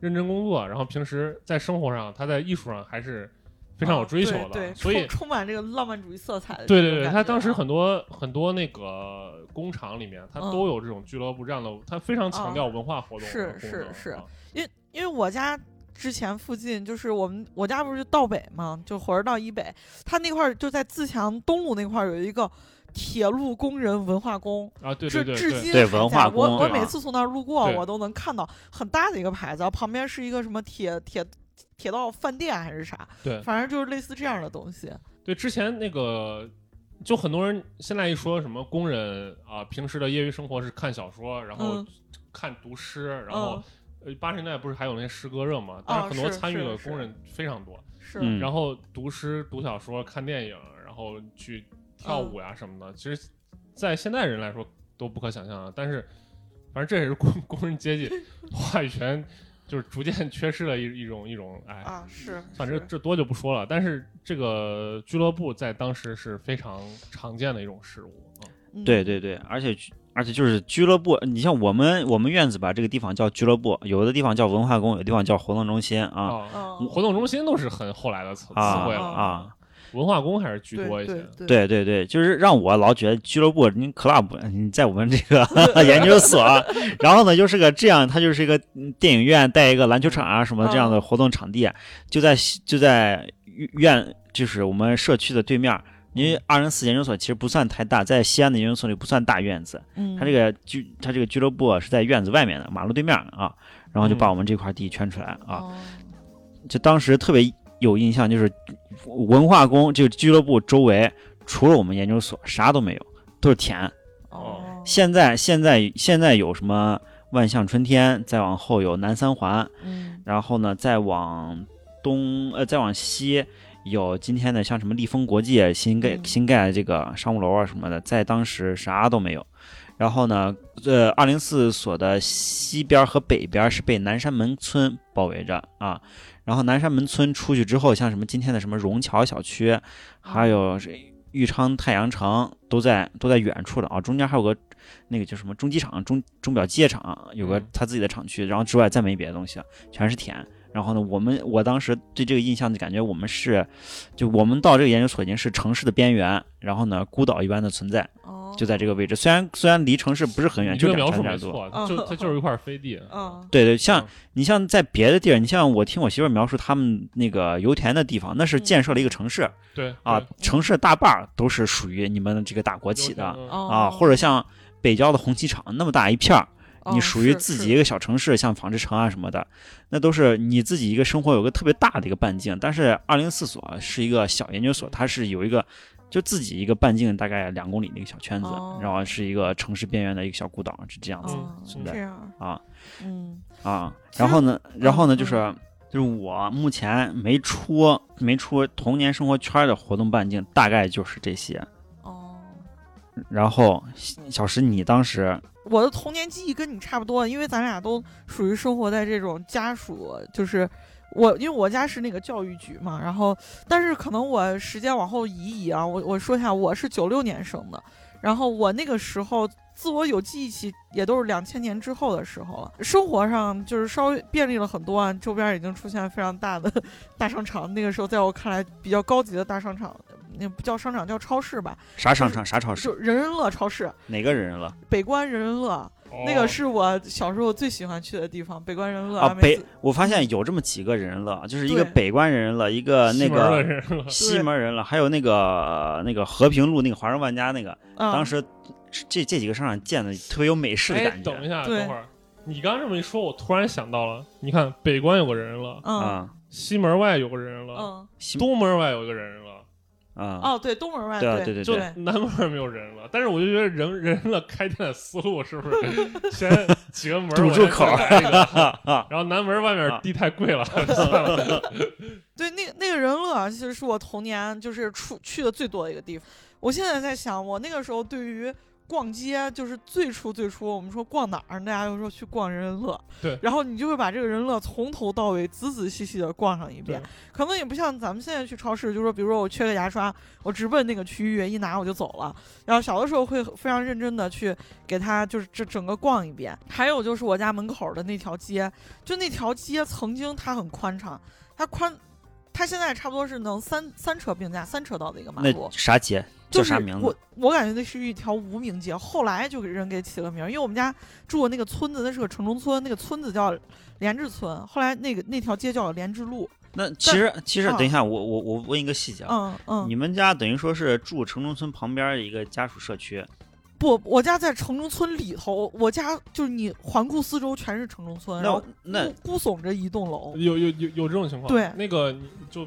A: 认真工作，然后平时在生活上，他在艺术上还是非常有追求的。
C: 啊对对
A: 所以
C: 充，充满这个浪漫主义色彩的这
A: 对
C: 种感觉啊。
A: 对对，他当时很多很多那个工厂里面，他
C: 嗯
A: 都有这种俱乐部这样的，他非常强调文化活动的
C: 是
A: 功能、
C: 是是
A: 啊
C: 因为因为我家之前附近就是我们我家不是道北嘛，就火车道以北，它那块儿就在自强东路那块儿有一个铁路工人文化宫，
A: 啊，对对
C: 至
A: 对
C: 至
A: 对，
C: 今
B: 对
C: 还
B: 文
C: 在
B: 化宫啊
C: 我我
A: 对
C: 每
A: 吧
C: 次从那儿路过，
A: 对
C: 我都能看到很大的一个牌子，旁边是一个什么铁铁铁道饭店还是啥，
A: 对
C: 反正就是类似这样的东西。
A: 对，之前那个就很多人现在一说什么工人啊，平时的业余生活是看小说，然后
C: 嗯
A: 看读诗，然后呃八十年代不是还有那些诗歌热嘛，但
C: 哦
A: 是很多
C: 是
A: 参与
C: 是
A: 的
C: 是
A: 工人非常多，
C: 是，
B: 嗯
A: 然后读诗、读小说、看电影，然后去跳舞呀什么
B: 嗯
A: 的，其实，在现代人来说都不可想象啊，但是反正这也是工工人阶级话语权就是逐渐缺失了一一种一种哎。
C: 啊是，
A: 反正
C: 是
A: 这多就不说了，但是这个俱乐部在当时是非常常见的一种事物。嗯
C: 嗯
B: 对对对，而且而且就是俱乐部，你像我们我们院子吧，这个地方叫俱乐部，有的地方叫文化宫，有的地方叫活动中心啊
A: 啊，
C: 嗯
A: 活动中心都是很后来的词词
B: 啊
A: 汇了。哦
B: 啊。
A: 文化宫还是居
C: 对
A: 多一些
C: 哦对。对
B: 对对对，就是让我老觉得俱乐部，你 club，你在我们这个研究所，然后呢又是个这样，它就是一个嗯电影院带一个篮球场啊什么这样的活动场地，啊就在就在院，就是我们社区的对面。因为二零四研究所其实不算太大，在西安的研究所里不算大院子，
C: 嗯，
B: 它这个俱它这个俱乐部啊是在院子外面的马路对面啊，然后就把我们这块地圈出来啊，
C: 哦
B: 就当时特别有印象，就是文化宫这个俱乐部周围，除了我们研究所啥都没有，都是田。
C: 哦，
B: 现在现在现在有什么万象春天，再往后有南三环，
C: 嗯
B: 然后呢再往东呃再往西有今天的像什么立丰国际啊新盖
C: 嗯
B: 新盖的这个商务楼啊什么的，在当时啥都没有。然后呢，呃，二零四所的西边和北边是被南山门村包围着啊。然后南山门村出去之后，像什么今天的什么荣桥小区，
A: 嗯
B: 还有是裕昌太阳城，都在都在远处了啊。中间还有个那个叫什么中机场、中钟表机械厂，有个
A: 嗯
B: 他自己的厂区。然后之外再没别的东西了，全是田。然后呢，我们我当时对这个印象就感觉我们是，就我们到这个研究所已经是城市的边缘，然后呢孤岛一般的存在，
C: 哦，
B: 就在这个位置。虽然虽然离城市不是很远，
A: 你
B: 就
A: 这个
B: 两
A: 描述
B: 三
A: 没
B: 哎点多。
A: 错，
C: 嗯
A: 就它就是一块飞地。
C: 嗯
B: 对对，像
A: 嗯
B: 你像在别的地儿，你像我听我媳妇儿描述他们那个油田的地方，那是
C: 嗯
B: 建设了一个城市
A: 对
B: 啊，城市大半儿都是属于你们这个大国
A: 国
B: 企的
C: 哦
B: 啊，或者像北郊的红旗厂那么大一片儿，
C: 哦
B: 你属于
C: 是
B: 自
C: 是
B: 己一个小城市，像纺织城啊什么的，那都是你自己一个生活有个特别大的一个半径。但是二零四所是一个小研究所，它是有一个就自己一个半径大概两公里的一个小圈子，
C: 哦
B: 然后是一个城市边缘的一个小孤岛，是这样子
C: 哦
A: 存
B: 在
C: 这样
B: 啊
C: 嗯
B: 啊。
C: 其实
B: 然后呢，然后呢
C: 嗯
B: 就是。就是我目前没出没出童年生活圈的活动半径，大概就是这些。
C: 哦。
B: 然后小石，你当时
C: 我的童年记忆跟你差不多，因为咱俩都属于生活在这种家属，就是我，因为我家是那个教育局嘛，然后但是可能我时间往后移一移啊，我我说一下，我是九六年生的，然后我那个时候自我有记忆起也都是两千年之后的时候了，生活上就是稍微便利了很多啊，周边已经出现非常大的 大商场，那个时候在我看来比较高级的大商场，那不叫商场叫超市吧，
B: 啥商场啥超市
C: 就人人乐超市，
B: 哪个人了？
C: 北关人人乐。那
A: 哦
C: 个是我小时候最喜欢去的地方，北关人乐
B: 啊，
C: 每
B: 北
C: 次，
B: 我发现有这么几个人了，就是一个
C: 对
B: 北关人了，一个呃那个
A: 个
B: 西门人了，还有那个那个和平路那个华润万家那个，
C: 嗯、
B: 当时这这几个商场建的特别有美式的
A: 哎，
B: 感
A: 等一
B: 觉
A: 下，
C: 对
A: 等会儿。你刚刚这么一说，我突然想到了，你看北关有个人了，
C: 嗯嗯
B: 啊，
A: 西门外有个人了，
C: 嗯
B: 西
A: 东门外有个人了，
B: 啊，
C: 哦对，东门外
B: 对啊
C: 对
B: 对对
A: 就
B: 对
A: 南门没有人了。但是我就觉得人人了开店的思路是不 是先几个门
B: 堵
A: 我
B: 住
A: 先
B: 口儿
A: 开一个
B: 啊
A: 然后南门外面地太贵了，算
C: 啊
A: 了。
C: 对那那个人乐啊其实是我童年就是出去的最多的一个地方。我现在在想，我那个时候对于逛街，就是最初最初我们说逛哪儿，大家就说去逛人人乐，
A: 对
C: 然后你就会把这个人乐从头到尾仔仔细细的逛上一遍。可能也不像咱们现在去超市，就说比如说我缺个牙刷，我直奔那个区域一拿我就走了。然后小的时候会非常认真的去给它就是这整个逛一遍。还有就是我家门口的那条街，就那条街曾经它很宽敞，它宽。它现在差不多是能三三车并驾、三车道的一个马
B: 那
C: 路，
B: 啥街
C: 就
B: 叫
C: 是
B: 啥名
C: 我
B: 字？
C: 我感觉那是一条无名街，后来就给人给起了名儿，因为我们家住的那个村子，那是个城中村，那个村子叫莲治村，后来那个那条街叫莲治路。
B: 那其实其实
C: 啊
B: 等一下，我我我问一个细节啊，
C: 嗯嗯，
B: 你们家等于说是住城中村旁边一个家属社区，
C: 不，我家在城中村里头，我家就是你环顾四周全是城中嗯村，
B: 那
C: 然后
B: 那
C: 孤孤耸着一栋楼。
A: 有有有有这种情况，
C: 对
A: 那个你就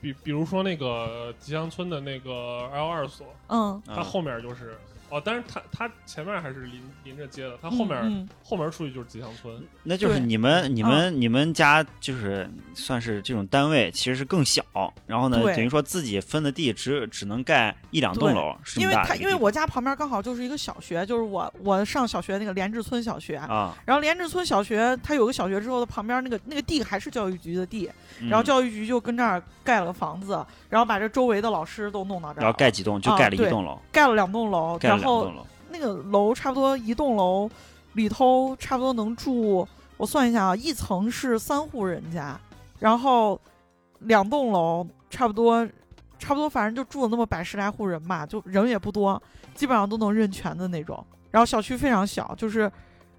A: 比比如说那个吉祥村的那个 L 二所，
C: 嗯，
A: 它
B: 啊
A: 后面就是哦，但是它它前面还是临临着街的，它后面、
C: 嗯
A: 后门出去就是吉祥村，
B: 那就是
C: 对嗯
B: 你们、你们、你们家就是算是这种单位，其实是更小。然后呢，
C: 对
B: 等于说自己分的地只只能盖一两
C: 对
B: 栋楼，是这
C: 因
B: 么
C: 为
B: 大
C: 他
B: 的一
C: 因
B: 个
C: 为
B: 地
C: 我家旁边刚好就是一个小学，就是我我上小学那个莲治村小学。
B: 方啊，
C: 然后莲治村小学，它有个小学之后，它旁边那个那个地还是教育局的地，
B: 嗯
C: 然后教育局就跟这儿盖了房子，然后把这周围的老师都弄到这儿
B: 然
C: 了，
B: 后盖几栋，就
C: 啊
B: 盖了一
C: 对
B: 栋楼，
C: 盖了两栋楼，
B: 盖了
C: 然
B: 两
C: 后
B: 栋楼。
C: 那个楼差不多一栋楼里头差不多能住，我算一下啊，一层是三户人家，然后两栋楼差不多差不多反正就住了那么百十来户人吧，就人也不多，基本上都能认全的那种。然后小区非常小，就是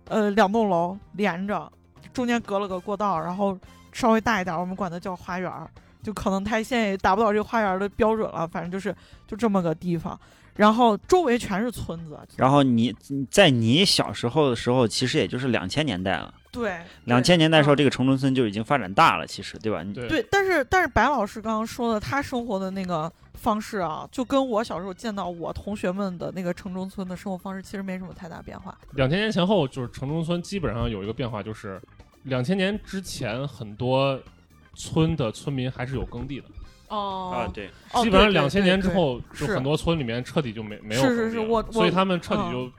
C: 呃两栋楼连着，中间隔了个过道，然后稍微大一点，我们管它叫花园儿，就可能它现在也达不到这个花园儿的标准了，反正就是就这么个地方。然后周围全是村子，
B: 然后你你在你小时候的时候，其实也就是两千年代了。
C: 对嗯
B: 两千年代的时候，
C: 这。
B: 这个城中村就已经发展大了，其实对吧？你
A: 对
C: 对，但是但是白老师刚刚说的，他生活的那个方式啊，就跟我小时候见到我同学们的那个城中村的生活方式其实没什么太大变化。
A: 两千年前后，就是城中村基本上有一个变化，就是两千年之前很多村的村民还是有耕地的，
C: 哦
B: 啊，对，
A: 基本上两千年之，后，就是很多村里面彻底就没没有
C: 是
A: 耕地
C: 是是
A: 了
C: 我我
A: 所以他们彻底
C: 嗯
A: 就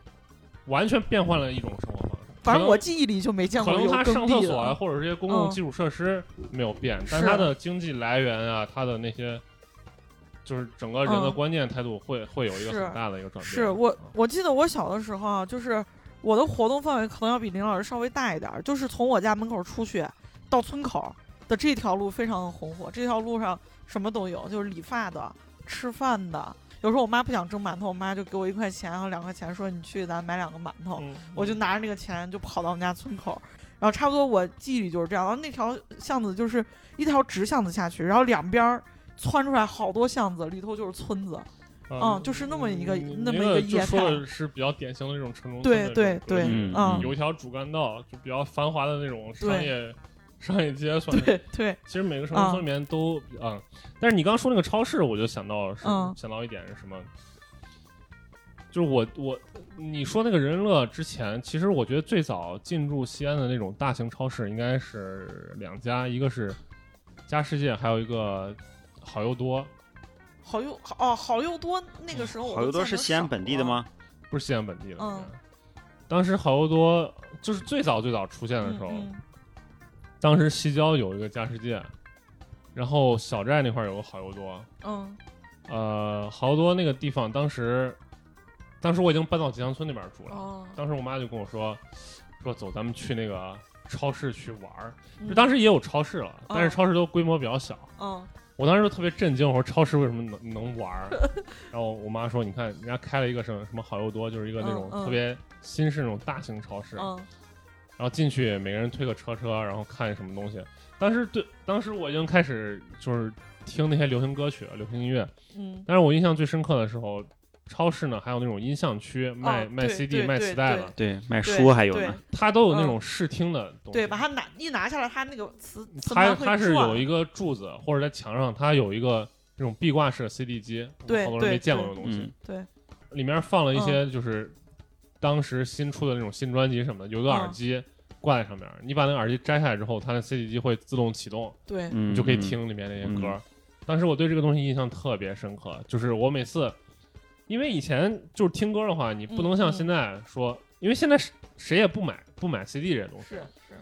A: 完全变换了一种生活方式。
C: 反
A: 可
C: 正
A: 能
C: 我记忆里就没见
A: 可
C: 过
A: 能
C: 有
A: 他上
C: 耕
A: 厕
C: 地
A: 所啊，
C: 的。
A: 或者这些公共
C: 嗯
A: 基础设施没有变，但
C: 是
A: 他的经济来源啊，他的那些就是整个人的
C: 嗯
A: 观念态度会会有一个
C: 是
A: 很大的一个转变。
C: 是我我记得我小的时候啊，就是我的活动范围可能要比林老师稍微大一点儿，就是从我家门口出去到村口的这条路非常的红火，这条路上什么都有，就是理发的、吃饭的。有时候我妈不想蒸馒头，我妈就给我一块钱和两块钱，说你去咱买两个馒头。
A: 嗯，
C: 我就拿着那个钱就跑到我们家村口，然后差不多我记忆里就是这样。然后那条巷子就是一条直巷子下去，然后两边儿窜出来好多巷子，里头就是村子。嗯就是那么一个
A: 你
C: 那
A: 你
C: 么一
A: 那
C: 个
A: 嗯就
C: 业
A: 说
C: 态
A: 的是比较典型的这种城中村
C: 对
A: 的这
C: 对
A: 种格
C: 对，
A: 局
B: 嗯
C: 嗯，
A: 有一条主干道，就比较繁华的那种商
C: 对
A: 业商业街， 算是。
C: 对对，
A: 其实每个城中村里面都啊、但是你刚刚说那个超市，我就想到是、
C: 嗯
A: 想到一点是什么？就是我我你说那个人人乐之前，其实我觉得最早进驻西安的那种大型超市应该是两家，一个是佳世界，还有一个好又多，
C: 好又哦，好又多那个时候我
B: 好
C: 都
B: 多
C: 见嗯
B: 是
C: 得
B: 西安
C: 少
B: 本地的
C: 了？
B: 吗？
A: 不是西安本地的。
C: 嗯
A: 当时好又多就是最早最早出现的时候，
C: 嗯嗯
A: 当时西郊有一个佳世界，然后小寨那块儿有个好又多，
C: 嗯
A: 呃，好多那个地方，当时，当时我已经搬到吉祥村那边住了。
C: 哦，
A: 当时我妈就跟我说，说走，咱们去那个超市去玩儿。就
C: 嗯哦
A: 当时也有超市了，但是超市都规模比较小。
C: 嗯
A: 我当时就特别震惊，我说超市为什么能能玩 儿？然后我妈说，你看人家开了一个什么什么好又多，就是一个那种
C: 嗯嗯
A: 特别新式那种大型超市。
C: 嗯
A: 然后进去，每个人推个车车，然后看什么东西。当时对，当时我已经开始就是听那些流行歌曲了，流行音乐。
C: 嗯，
A: 但是我印象最深刻的时候，超市呢还有那种音像区卖、卖
C: 哦对
A: CD、
C: 对
A: 卖
C: 对
A: 磁带
C: 对
A: 的，
B: 对，卖
C: 对
B: 书还有
C: 对
B: 呢。
A: 它都有那种试听的东西。
C: 对，把它拿一拿下来，它那个磁磁
A: 它
C: 盘会
A: 它是
C: 转
A: 有一个柱子，或者在墙上它有一个那种壁挂式的 CD 机，
C: 对
A: 好多人没
C: 对
A: 见过这
C: 对
A: 种东西
B: 嗯。，
C: 对
A: 里面放了一
C: 嗯
A: 些就是当时新出的那种新专辑什么的，有一个耳
C: 嗯
A: 机挂在上面，你把那个耳机摘下来之后，它的 CD 机会自动启动，
C: 对，
B: 嗯，
A: 你就可以
B: 嗯。
A: 听里面那些歌。
B: 嗯
A: 当时我对这个东西印象特别深刻，就是我每次，因为以前就是听歌的话，你不能像
C: 嗯
A: 现在说，因为现在谁谁也不买不买 CD 这些东西，
C: 是是，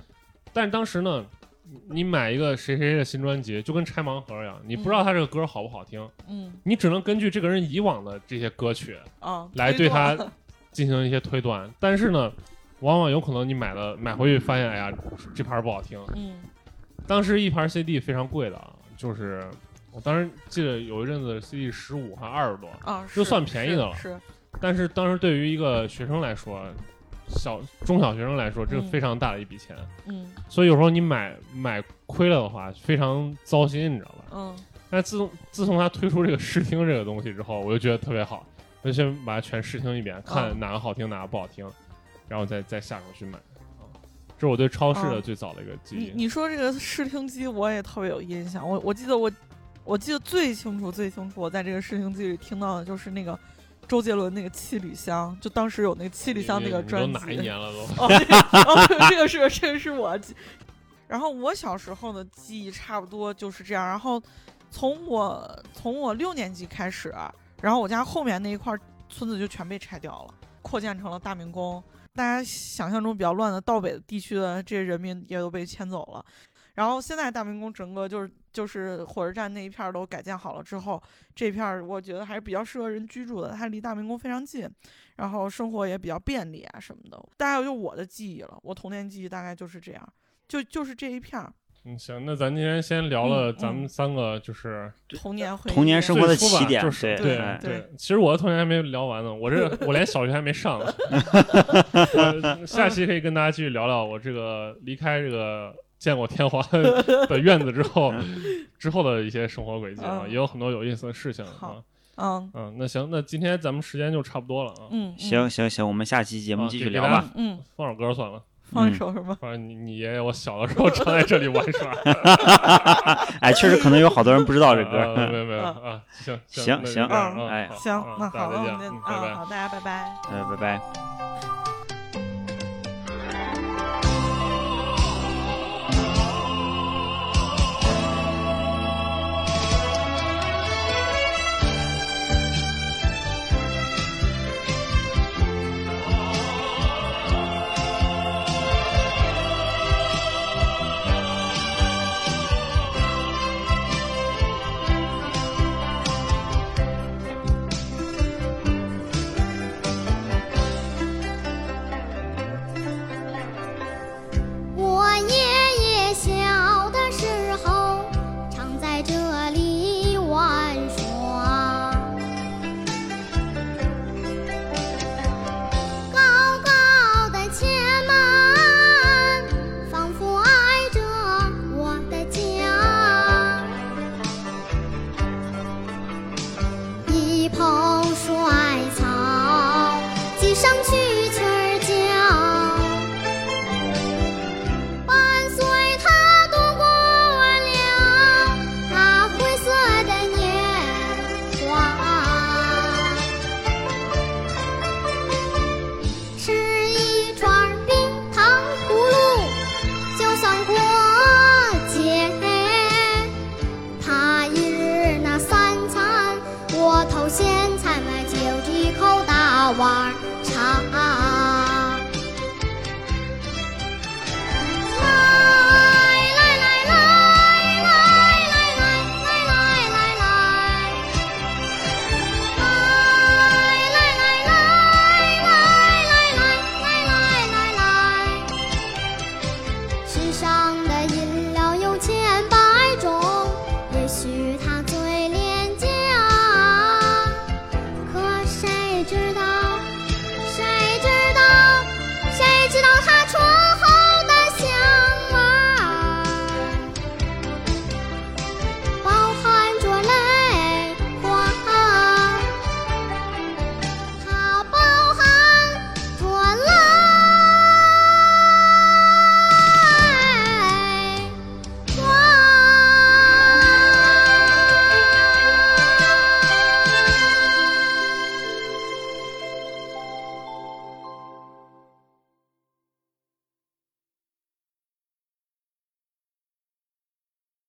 A: 但是当时呢，你你买一个谁谁谁的新专辑，就跟拆盲盒一样，你不知道他这个歌好不好听，
C: 嗯
A: 你只能根据这个人以往的这些歌曲
C: 啊，
A: 来
C: 推
A: 对它
C: 断
A: 进行一些推断，但是呢。往往有可能你买了买回去发现，哎呀，这盘儿不好听，
C: 嗯
A: 当时一盘 CD 非常贵的啊，就是我当时记得有一阵子 CD 十五还二十多，
C: 啊，
A: 就是算便宜
C: 是
A: 的了
C: 是
A: 但是当时对于一个学生来说，小中小学生来说，这个非常大的一笔钱，
C: 嗯
A: 所以有时候你买买亏了的话，非常糟心，你知道吧？
C: 嗯
A: 但是自从自从他推出这个试听这个东西之后，我就觉得特别好，我就先把它全试听一遍，看
C: 嗯
A: 哪个好听，哪个不好听，然后再再下手去买。啊这是我对超市的
C: 嗯
A: 最早的一个记
C: 你
A: 忆。
C: 你说这个试听机，我也特别有印象。我我记得我，我记得最清楚最清楚，我在这个试听机里听到的就是那个周杰伦那个《七里香》，就当时有那个《七里香》那个
A: 你
C: 专
A: 你
C: 辑。
A: 都哪一年了 都？
C: 哦，对哦对这个是这个是我记。然后我小时候的记忆差不多就是这样。然后从我从我六年级开始，然后我家后面那一块村子就全被拆掉了，扩建成了大明宫。大家想象中比较乱的道北地区的这些人民也都被迁走了。然后现在大明宫整个就是就是火车站那一片儿都改建好了之后，这片儿我觉得还是比较适合人居住的，它离大明宫非常近，然后生活也比较便利啊什么的。大概就我的记忆了，我童年记忆大概就是这样，就就是这一片儿。
A: 嗯，行，那咱今天先聊了
C: 嗯
A: 咱们三个，就是
C: 童年回忆，
B: 童年生活的起
A: 最
B: 点，
A: 初吧就是
C: 对
B: 哎
A: 对，其实我的童年还没聊完呢，我 这我连小学还没上呢。呃下期可以跟大家继续聊聊我这个离开这个见过天花的院子之后
B: 嗯
A: 之后的一些生活轨迹啊，
C: 嗯
A: 也有很多有意思的事情啊
C: 好。嗯
A: 嗯，那行，那今天咱们时间就差不多了啊，
C: 嗯，嗯
B: 行，行行，我们下期节目
A: 啊
B: 继
A: 给给
B: 续聊
A: 大
B: 吧
A: 家。
C: 嗯嗯，
A: 放首歌算了。
B: 嗯
C: 放一首什么？
A: 反正你你爷爷我小的时候常在这里玩耍，
B: 哎，确实可能有 好多人不知道这歌。
A: 啊没有没有
C: 嗯
A: 啊，行那
B: 行
A: 就
B: 行
A: 这样啊
B: 哎
A: 好
C: 行，那
A: 大家
C: 好了，
A: 再
C: 我
A: 见，
C: 们
A: 嗯
C: 就啊
A: 拜拜
C: 啊，。好，大家拜拜。
B: 嗯，拜拜。